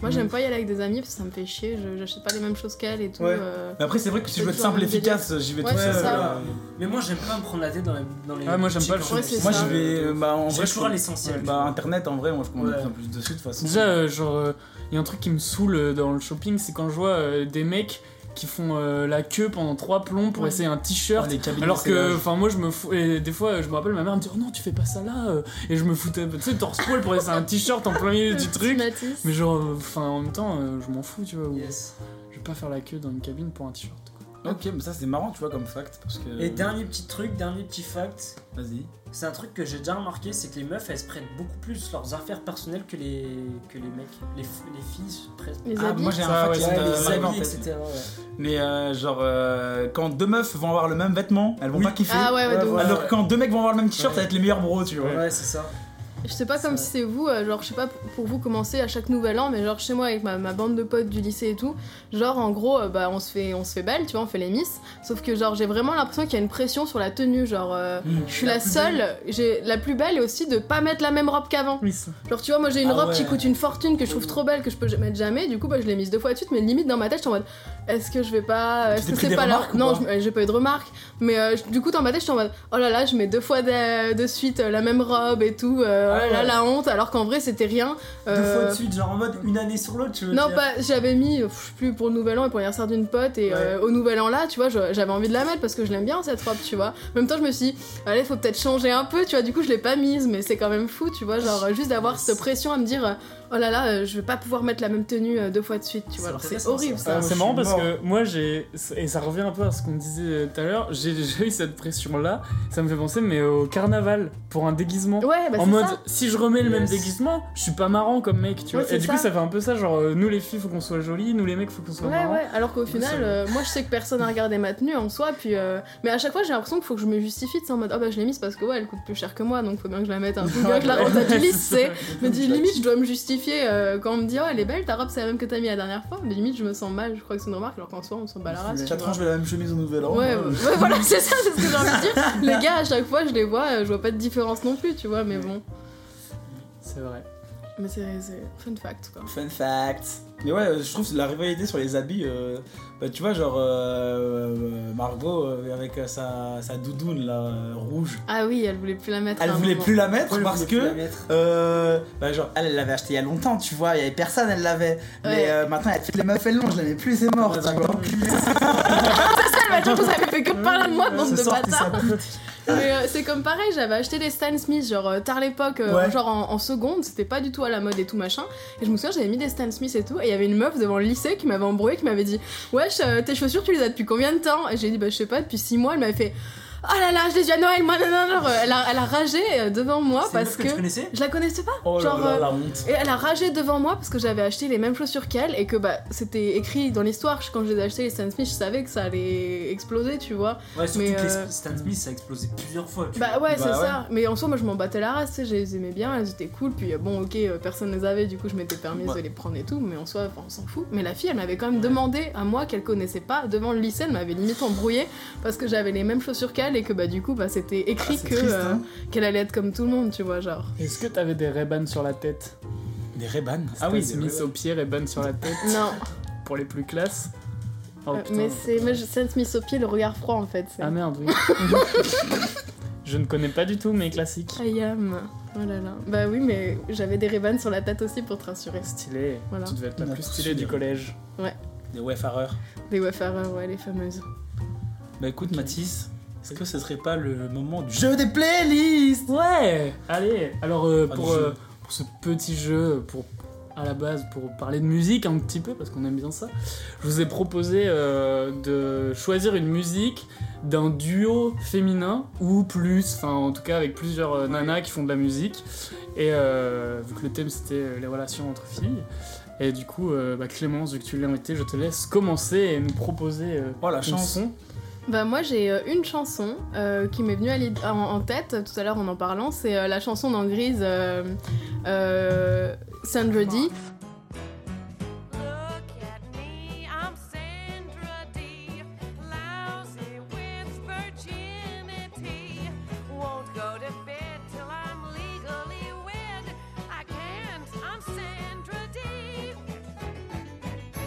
Moi, j'aime pas y aller avec des amis parce que ça me fait chier. je- J'achète pas les mêmes choses qu'elles et tout.
Ouais.
euh,
Mais après, c'est vrai que si je veux être
C'est toujours
simple et
un délire.
efficace, j'y vais
Ouais,
tout
c'est
seul.
ça.
euh,
Mais moi j'aime pas me prendre la tête dans les. Dans les
Ah, moi, j'aime
petits
pas le
coins.
Ouais, c'est
Moi,
ça.
j'y vais. euh, Bah, en
Je
vrai,
vais
je
toujours à l'essentiel.
bah, internet, en vrai, moi, je commande de
Ouais.
plus en plus dessus de toute façon.
Déjà, euh, genre, il y a un truc qui me saoule euh, dans le shopping, c'est quand je vois euh, des mecs qui font euh, la queue pendant trois plombs pour
Ouais.
essayer un
Dans
t-shirt.
les cabines
Alors que, euh,
d'essayage.
enfin, moi je me fous. Et des fois, euh, je me rappelle ma mère me dire non, tu fais pas ça là. euh, Et je me foutais, tu sais, torse poil pour essayer un t-shirt en plein milieu
le
du
petit
truc.
Matisse.
Mais genre, euh, enfin, en même temps, euh, je m'en fous, tu vois. ou-
Yes.
Je vais pas faire la queue dans une cabine pour un t-shirt. quoi.
Ok, mais ça, c'est marrant, tu vois, comme fact. Parce que.
Et dernier petit truc, dernier petit fact,
Vas-y.
C'est un truc que j'ai déjà remarqué, c'est que les meufs elles se prêtent beaucoup plus leurs affaires personnelles que les, que les mecs. Les, f- les filles se prêtent.
Les
Ah,
habits.
moi, j'ai un
Ça,
fact.
ouais,
qui
c'est
est,
un
euh,
les
marrant,
marrant,
habits,
en fait.
etc. ouais.
Mais euh, genre, euh, quand deux meufs vont avoir le même vêtement, elles vont
Oui.
pas kiffer.
Ah ouais, ouais, de
Ouais,
ouf.
ouais.
Alors que quand deux mecs vont avoir le même t-shirt,
Ouais.
ça va être les meilleurs bros, tu vois.
Ouais, c'est ça.
Je sais pas comme si c'est vous, euh, genre je sais pas pour vous commencer à chaque nouvel an, mais genre chez moi avec ma, ma bande de potes du lycée et tout, genre en gros euh, bah on se fait on se fait belle, tu vois, on fait les miss, sauf que genre j'ai vraiment l'impression qu'il y a une pression sur la tenue, genre euh,
Mmh.
je suis la,
plus
seule, j'ai la plus belle et aussi de pas mettre la même robe qu'avant.
Oui, ça.
Genre tu vois moi j'ai une
Ah
robe qui
ouais.
coûte une fortune que je trouve trop belle que je peux mettre jamais, du coup bah je l'ai mise deux fois de suite, mais limite dans ma tête je suis en mode est-ce que je vais pas
Tu
est-ce
t'es
que
pris
c'est
des
pas là
remarques ou
non
pas
je- euh, j'ai pas eu de remarques, mais euh, je- du coup dans ma tête je suis en mode oh là là je mets deux fois de, de suite euh, la même robe et tout, euh,
Ah
oh là là
ouais.
la honte alors qu'en vrai c'était rien.
Deux
Euh,
fois de suite, genre en mode une année sur l'autre, tu veux
non,
dire.
pas, j'avais mis, euh, pff, je sais plus pour le nouvel an et pour l'anniversaire d'une pote, et
Ouais.
euh, au nouvel an là, tu vois, je- j'avais envie de la mettre parce que je l'aime bien cette robe, tu vois. En même temps, je me suis dit, allez, faut peut-être changer un peu, tu vois, du coup, je l'ai pas mise, mais c'est quand même fou, tu vois, genre, euh, juste d'avoir
Yes.
cette pression à me dire, euh, oh là là, euh, je vais pas pouvoir mettre la même tenue euh, deux fois de suite, tu vois,
C'est
alors c'est
intéressant,
horrible
Euh,
ça.
ça. moi, je
c'est
suis
marrant parce
mort.
que moi j'ai et ça revient un peu à ce qu'on disait euh, tout à l'heure j'ai déjà eu cette pression là ça me fait penser mais au carnaval pour un déguisement
Ouais, bah
Ah en
c'est
mode
ça.
si je remets le même
Yes.
déguisement je suis pas marrant comme mec tu
Ouais,
vois et
c'est
du
ça.
coup ça fait un peu ça genre euh, nous les filles faut qu'on soit jolies nous les mecs faut qu'on soit
Ouais,
marrants
ouais, alors qu'au
ça-
final, euh, moi je sais que personne n'a regardé ma tenue en soi, puis. euh, Mais à chaque fois, j'ai l'impression qu'il faut que je me justifie, c'est en mode, oh bah je l'ai mise parce que ouais, elle coûte plus cher que moi, donc faut bien que je la mette un peu, bien que je la rentabilise, tu sais. Mais dis, limite, je dois me justifier euh, quand on me dit Oh, elle est belle, ta robe, c'est la même que t'as mis la dernière fois. Mais limite, je me sens mal, je crois que c'est une remarque, alors qu'en soi, on s'en
Bah,
bat la race. tu
4
vois.
ans, je mets la même chemise au nouvel an.
Ouais, ouais,
euh,
ouais, voilà, c'est ça, c'est ce que j'ai envie de dire. Les gars, à chaque fois, je les vois, euh, je vois pas de différence non plus, tu vois, mais bon.
c'est vrai
Mais c'est c'est fun fact, quoi.
Fun fact. Mais ouais, euh, je trouve que la rivalité sur les habits, euh, bah, tu vois, genre euh, euh, Margot euh, avec euh, sa, sa doudoune là, euh, rouge,
Ah oui, elle voulait plus la mettre.
elle
à un
voulait
moment.
plus la mettre
Pourquoi
parce
je voulais plus la
que.
mettre
euh, bah, genre, elle elle l'avait acheté il y a longtemps, tu vois, il y avait personne, elle l'avait.
Ouais.
Mais euh, maintenant, elle fait les meufs, elles l'ont, je l'aimais plus, c'est mort, tu vois.
Elle m'a dit Vous avez fait que parler de moi, bande
Ce
de
soir, t'es
bâtards
sa pute.
Mais euh, c'est comme pareil, j'avais acheté des Stan Smith, genre euh, tard l'époque, euh,
Ouais.
genre en, en seconde, c'était pas du tout à la mode et tout machin. Et je me souviens, j'avais mis des Stan Smith et tout, et il y avait une meuf devant le lycée qui m'avait embrouillé, qui m'avait dit Wesh, euh, tes chaussures, tu les as depuis combien de temps Et j'ai dit Bah, je sais pas, depuis 6 mois. Elle m'avait fait Oh là là, je l'ai dit à Noël, moi, non, non, non. Elle a, elle a ragé euh, devant moi
C'est une
parce
meuf
que.
tu connaissais
Je la connaissais pas.
Oh
Genre,
là là,
euh,
la honte.
Et elle a ragé devant moi parce que j'avais acheté les mêmes chaussures qu'elle et que bah c'était écrit dans l'histoire. Je- Quand je les ai achetées, les Stan Smith, je savais que ça allait exploser, tu vois.
Ouais, surtout
mais,
que les-
euh,
Stan Smith, ça a explosé plusieurs fois. tu
Bah
vois.
ouais,
Bah
c'est
ouais.
ça. Mais en soi, moi je m'en battais la race, tu sais, je les aimais bien, elles étaient cool. Puis euh, bon, ok, euh, personne les avait, du coup je m'étais permise
Ouais.
de les prendre et tout, mais en soi, enfin, on s'en fout. Mais la fille, elle m'avait quand même demandé à moi qu'elle connaissait pas devant le lycée, elle m'avait limite embrouillée parce que j'avais les mêmes chaussures qu'elle et que bah du coup, bah c'était écrit
C'est
que
triste,
euh,
hein.
qu'elle allait être comme tout le monde, tu vois, genre.
Est-ce que t'avais des Ray-Ban sur la
Ah
tête
Des Reban.
Ah oui,
Smith.
Smith au pied, Ray-Ban sur la tête,
Non,
pour les plus classes. Oh,
euh,
putain.
mais c'est mais je- Sam Smith au pied, le regard froid en fait. c'est-
Ah merde, oui. Je ne connais pas du tout mes classiques.
I am. Oh là là. Bah oui, mais j'avais des rébans sur la tête aussi pour te rassurer.
Stylé.
Voilà.
Tu devais être la
On a
plus
tous
stylée
eu des
du collège.
Des Wayfarer.
Des Wayfarer, ouais, les fameuses.
Bah écoute, Mathis, est-ce que ce serait pas le moment du jeu des playlists
Ouais Allez Alors euh,
Ah,
pour,
du jeu.
euh, pour ce petit jeu, pour à la base pour parler de musique un petit peu parce qu'on aime bien ça, je vous ai proposé euh, de choisir une musique d'un duo féminin ou plus, enfin en tout cas avec plusieurs euh, nanas qui font de la musique. Et euh, vu que le thème c'était euh, les relations entre filles, et du coup euh, bah, Clémence, vu que tu l'as invité, je te laisse commencer et nous proposer euh,
Oh la
une
chance.
son.
Bah moi j'ai euh, une chanson euh, qui m'est venue à l'id- en, en tête euh, tout à l'heure en en parlant, c'est euh, la chanson dans Grise euh, euh, Sandra Dee.
Look at me, I'm Sandra Dee, lousy with virginity. Won't go to bed till I'm legally wed. I can't, I'm Sandra Dee.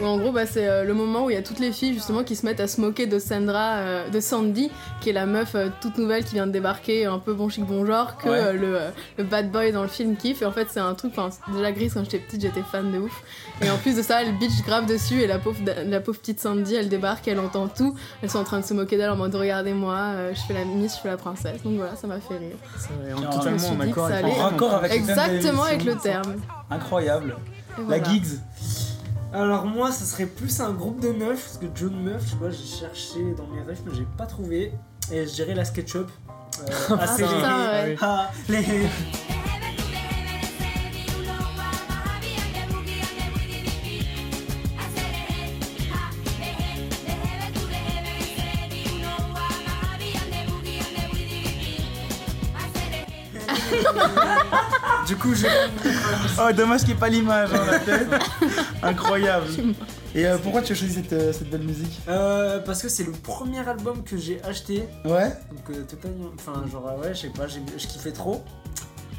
Où en gros bah, c'est euh, le moment où il y a toutes les filles justement qui se mettent à se moquer de Sandra, euh, de Sandy, qui est la meuf euh, toute nouvelle qui vient de débarquer, un peu bon chic bon genre, que
Ouais.
euh, le, euh, le bad boy dans le film kiffe. Et en fait c'est un truc, enfin déjà Grise quand j'étais petite j'étais fan de ouf. Et en plus de ça elle bitch grave dessus et la pauvre, la pauvre petite Sandy elle débarque, elle entend tout, elles sont en train de se moquer d'elle en mode regardez-moi, euh, je fais la miss, je fais la princesse. Donc voilà ça m'a fait rire.
C'est vrai,
Tiens,
totalement
je me suis
en
dit que
accord
ça
avec
allait.
ton
En accord avec le thème de
Exactement avec le
l'émission.
terme.
Incroyable.
Et
La
voilà.
Giggs.
Alors moi, ça serait plus un groupe de meufs, parce que John Meuf, je sais pas, j'ai cherché dans mes refs, mais j'ai pas trouvé. Et je dirais la SketchUp. Euh, assez
putain,
léger.
ouais.
Ah, les-
Du coup, je. oh, dommage qu'il n'y ait pas l'image hein, la tête. Incroyable. Et euh, pourquoi tu as choisi cette, euh, cette belle musique
Euh, parce que c'est le premier album que j'ai acheté.
Ouais.
Donc euh, totalement. Enfin, genre, ah ouais, je sais pas, j'ai- je kiffais trop.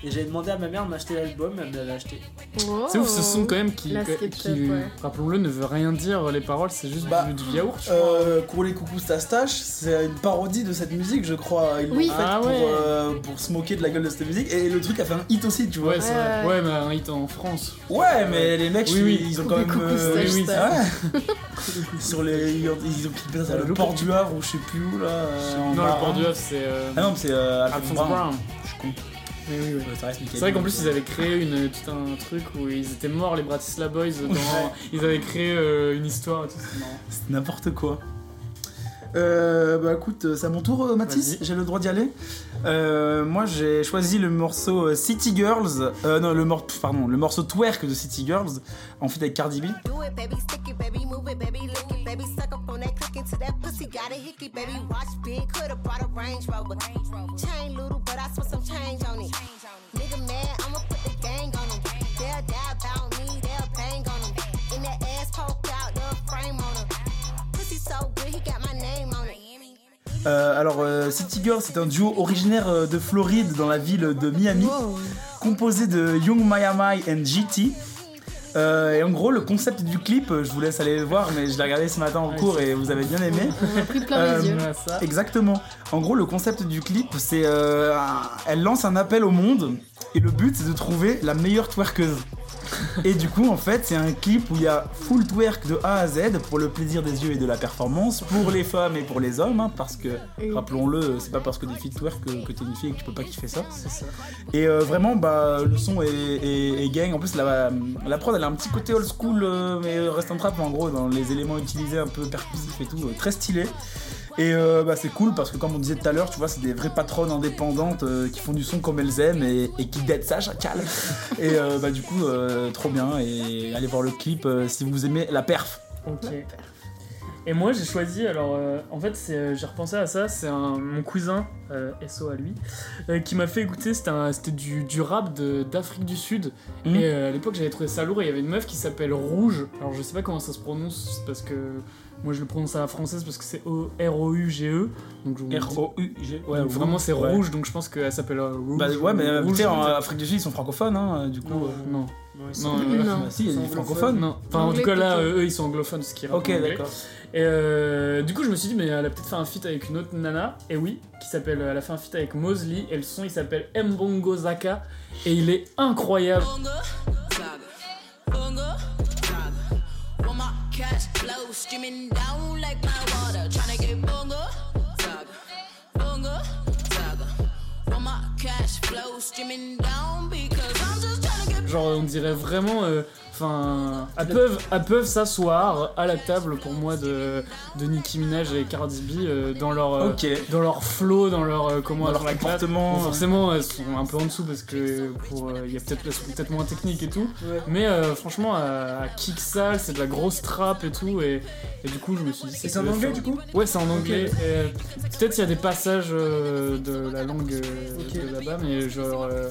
Et j'avais demandé à ma mère de m'acheter l'album, elle me l'avait acheté.
Wow.
C'est ouf ce son quand même qui,
Oh, La
que-
SketchUp,
qui,
ouais.
rappelons-le, ne veut rien dire, les paroles c'est juste
Bah,
du, du yaourt. je crois.
Euh, Courlez coucou Stastache, c'est une parodie de cette musique, je crois. Ils l'ont
Oui.
faite
Ah
pour,
ouais.
euh, pour se moquer de la gueule de cette musique. Et le truc a fait un hit aussi, tu vois.
ouais, c'est vrai.
ouais, ouais.
Ouais, mais un hit en France.
Ouais, mais les mecs,
Oui,
je-
oui.
ils ont quand
Coucou,
même.
coucou,
euh,
oui,
stage,
oui,
stage.
oui, sur les, ils ont ils ont clippé ça,
Euh,
le
le
port
port-
du Havre ou je sais plus où là. euh, en
non,
Marin.
le port du Havre, c'est euh,
Ah non, mais c'est euh,
Alphonse
Alphonse
Brown.
Brown. Je suis con.
Mais oui, oui.
Euh, ça reste Michael
C'est vrai qu'en
Brown.
plus ils avaient créé une, tout un truc où ils étaient morts les Bratislava Boys. Dans, ils avaient créé euh, une histoire et tout. c'est marrant.
C'est n'importe quoi. Euh, bah écoute, euh, c'est à mon tour, euh, Mathis.
Vas-y.
J'ai le droit d'y aller. Euh, moi, j'ai choisi le morceau euh, City Girls. Euh, non, le mor- pardon, le morceau twerk de City Girls, en fait avec Cardi B.
Do it, baby, stick it, baby, move it, baby, lick it, baby, suck up on that click into that pussy, got a hickey, baby, watch big, coulda bought a Range Rover, chain little, but I spent some change on it. Nigga mad, I'ma put the gang on him. They'll die about me, they'll bang on him. In that ass poked out, the frame on him. Pussy so good, he got my name on it.
Euh, alors, euh, City Girls, c'est un duo originaire euh, de Floride, dans la ville de Miami, composé de Young Miami and GT. Euh, et en gros, le concept du clip, euh, je vous laisse aller le voir, mais je l'ai regardé ce matin en
Ouais,
cours et vous avez bien aimé.
On a pris plein les
Euh,
yeux.
Voilà, Ah, ça.
Exactement. En gros, le concept du clip, c'est euh, un- elle lance un appel au monde et le but c'est de trouver la meilleure twerkeuse. Et du coup, en fait, c'est un clip où il y a full twerk de A à Z pour le plaisir des yeux et de la performance, pour les femmes et pour les hommes, hein, parce que,
Et-
rappelons-le, c'est pas parce que des filles twerk que, que t'es une fille et que tu peux pas kiffer ça.
C'est ça.
Et euh, vraiment, bah, le son est, est- est gang. En plus, la, la prod, elle a un petit côté old school, euh, mais reste un trap en gros, dans les éléments utilisés un peu percussifs et tout, euh, très stylé. Et euh, bah, c'est cool parce que comme on disait tout à l'heure, tu vois, c'est des vraies patronnes indépendantes euh, qui font du son comme elles aiment et, et qui dead ça, chacal. Et euh, bah du coup, euh, trop bien. Et allez voir le clip euh, si vous aimez la perf.
Ok. Et moi j'ai choisi, alors euh, en fait c'est, euh, j'ai repensé à ça, c'est un, mon cousin, euh, SO à lui, euh, qui m'a fait écouter, c'était, un- c'était du, du rap de, d'Afrique du Sud.
Mhm.
Et euh, à l'époque j'avais trouvé ça lourd et il y avait une meuf qui s'appelle Rouge, alors je sais pas comment ça se prononce c'est parce que moi je le prononce à la française parce que c'est O- R-O-U-G-E. Donc je vous dis-
R-O-U-G.
donc vraiment c'est
ouais.
rouge donc je pense qu'elle s'appelle euh, Rouge.
Bah ouais, mais
Rouge,
tu sais, en
peut-être.
Afrique du Sud, ils sont francophones, hein, du coup.
Non,
euh,
non.
Ouais, c'est-
Non, euh,
Non.
bah, si, il y a des francophones.
Non, enfin en tout
Anglais
cas là,
plutôt.
euh, eux ils sont anglophones, ce qui raconte
Ok,
en anglais.
d'accord.
Et euh, du coup, je me suis dit, mais elle a peut-être fait un feat avec une autre nana, et oui, qui s'appelle, elle a fait un feat avec Mosley, et le son il s'appelle Mbongo Zaka, et il est incroyable.
Bunga, zaga. Bunga, zaga. Want my cash flow streaming down like my water. Tryna get bunga, zaga. Bunga, zaga. Want my cash flow streaming down because I'm just tryna get
Genre, on dirait vraiment, euh, enfin, elles peuvent, elles peuvent s'asseoir à la table pour moi de, de Nicki Minaj et Cardi B euh, dans leur, euh,
Ok.
dans leur flow, dans leur euh, comment,
Dans leur
la classe.
comportement.
Bon, forcément, elles sont un peu en dessous parce que pour, euh, il y a peut-être elles sont peut-être moins technique et tout. Mais euh, franchement, à, à kick sale, c'est de la grosse trap et tout. Et, et du coup, je me suis dit.
Et c'est en
que-
anglais du coup
Ouais, c'est en anglais. et Peut-être il y a des passages euh, de la langue euh,
Ok.
de là-bas, mais genre. euh,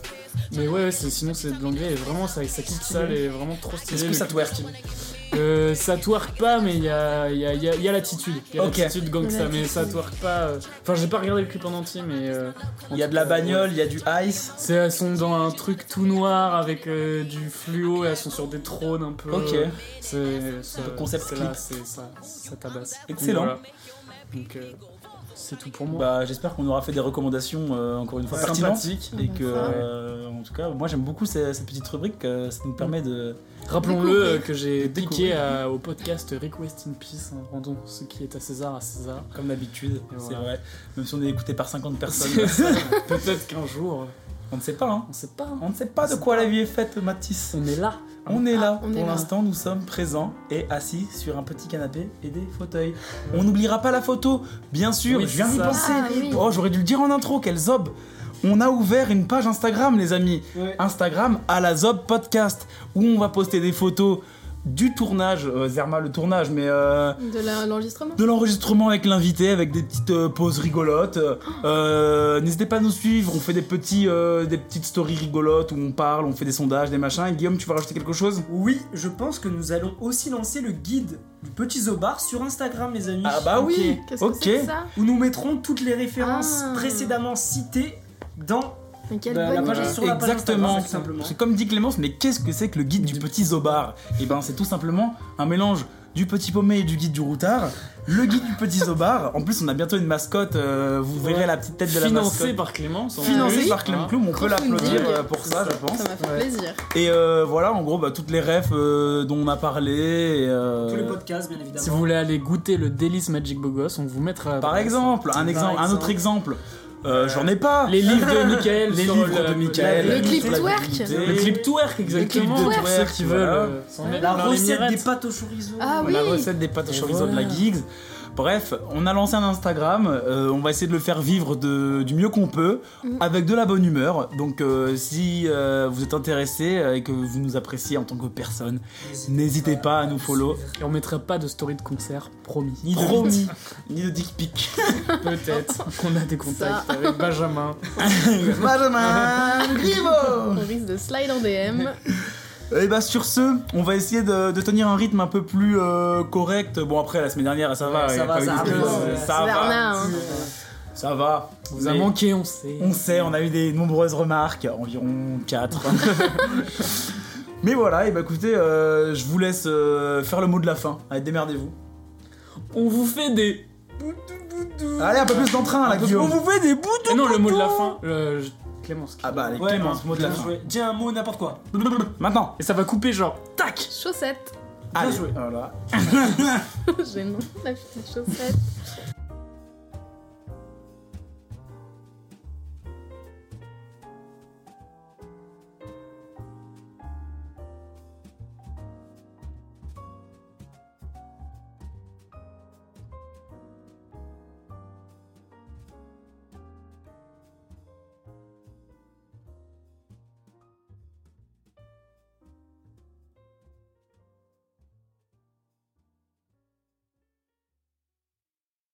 mais ouais, c'est- sinon c'est de l'anglais et vraiment ça, ça kick sale et vraiment trop stylé.
Est-ce que
Le-
ça twerk
euh, ça twerk pas, mais il y a, il y a- il y a- il y a l'attitude. Il y a
Ok.
l'attitude gangsta, mais ça twerk pas. euh. Enfin, j'ai pas regardé le clip en entier, mais. euh, en
Il y a
tout
de la
cas, euh,
bagnole, il y a du ice.
c'est, elles sont dans un truc tout noir avec euh, du fluo et elles sont sur des trônes un peu. euh,
Ok.
C'est, c'est-
Un peu concept
c'est
clip.
là, c'est, ça, ça tabasse.
Excellent.
Donc, voilà. Donc, euh, c'est tout pour moi.
Bah, j'espère qu'on aura fait des recommandations euh, encore une fois
Ouais.
pertinentes et
Ouais.
que euh, en tout cas moi j'aime beaucoup ces- cette petite rubrique euh, ça nous permet de
Rappelons-le
découvrir.
euh, que j'ai piqué
Découvrir.
à- au podcast Request in Peace. hein. rendons ce qui est à César à César.
comme d'habitude
Et
c'est
voilà.
vrai même si on est écouté par 50
C'est
personnes
ça. Peut-être qu'un jour,
on ne sait pas hein
on sait pas. hein.
on ne sait pas de quoi la vie est faite Mathis
On est là.
on est là
on est
pour
là.
l'instant nous sommes présents et assis sur un petit canapé et des fauteuils on n'oubliera pas la photo bien sûr
Oui,
je viens
c'est
d'y
ça.
penser
Ah, oui.
oh j'aurais dû le dire en intro quel zob on a ouvert une page Instagram les amis
Ouais.
Instagram à la Zob Podcast où on va poster des photos du tournage, euh, Zerma le tournage, mais euh,
De la- l'enregistrement
de l'enregistrement avec l'invité, avec des petites euh, pauses rigolotes. Euh, N'hésitez pas à nous suivre, on fait des, petits, euh, des petites stories rigolotes où on parle, on fait des sondages, des machins. Et Guillaume, tu vas rajouter quelque chose
Oui, je pense que nous allons aussi lancer le guide du petit Zobar sur Instagram, les amis.
Ah bah oui
Qu'est-ce
Ok
que c'est que ça
Où nous mettrons toutes les références
Ah.
précédemment citées dans
Mais quelle
Bah, la
bonne
page
idée.
sur la page
Exactement.
Instagram, tout simplement.
C'est comme dit Clémence, mais qu'est-ce que c'est que le guide du petit Zobar Et ben, c'est tout simplement un mélange du petit paumé et du guide du routard. Le guide du petit Zobar. En plus, on a bientôt une mascotte. euh, vous
Ouais.
verrez la petite tête de la
Financé
mascotte.
par Clémence. en
Financé
plus.
par Clem Cloum, on peut
Crowdfunding.
l'applaudir euh, pour ça, je pense.
Ça m'a fait
Ouais.
plaisir.
Et euh, voilà, en gros, bah, toutes les refs euh, dont on a parlé. et, euh,
tous les podcasts, bien
Si
évidemment.
vous voulez aller goûter le délice Magic Bogos, on vous mettra.
par exemple, un exemple, un autre exemple. Euh, J'en ai pas.
Les livres de Michael.
Les
sur
livres
le-
de Michael.
Le
euh,
clip
la
twerk.
vidéo.
Le clip twerk, exactement.
clip de
pour ceux
twerk,
qui
voilà.
veulent euh, s'en mettre
La
dans les
recette des
mirettes.
pâtes au chorizo.
Ah oui.
la recette des pâtes au
Et
chorizo de
voilà.
la Giggs. Bref, on a lancé un Instagram, euh, on va essayer de le faire vivre de- du mieux qu'on peut,
Mm.
avec de la bonne humeur. Donc euh, si euh, vous êtes intéressé euh, et que vous nous appréciez en tant que personne, n'hésitez pas à nous follow.
Et on mettra pas de story de concert, promis.
Ni de
promis,
promis, ni de dick pic.
peut-être qu'on a des contacts avec Benjamin.
Benjamin Griveaux
On risque de slide en DM.
Et bah sur ce, on va essayer de, de tenir un rythme un peu plus euh, correct. Bon après la semaine dernière, ça va,
Ouais,
il y
ça
a
va,
pas eu
ça
de-
arrive.
ça va,
Ah,
Bernard, hein.
ça va.
On vous a
Mais-
manqué, on sait.
On sait, on a eu des nombreuses remarques, environ 4. Mais voilà, et bah écoutez, euh, je vous laisse euh, faire le mot de la fin. Allez, démerdez-vous.
On vous fait des.
euh,
Allez, un peu plus d'entrain là, Guillaume.
fait des bouts de. non, le mot de la fin. euh, je- Clémence. qui-
Ah bah, allez,
Ouais,
Clémence, mot de la
bien
fin.
joué. Dis un mot, n'importe quoi.
Maintenant,
Et ça va couper, genre. Tac
Chaussettes.
allez.
joué.
Voilà.
J'ai non, la petite chaussette.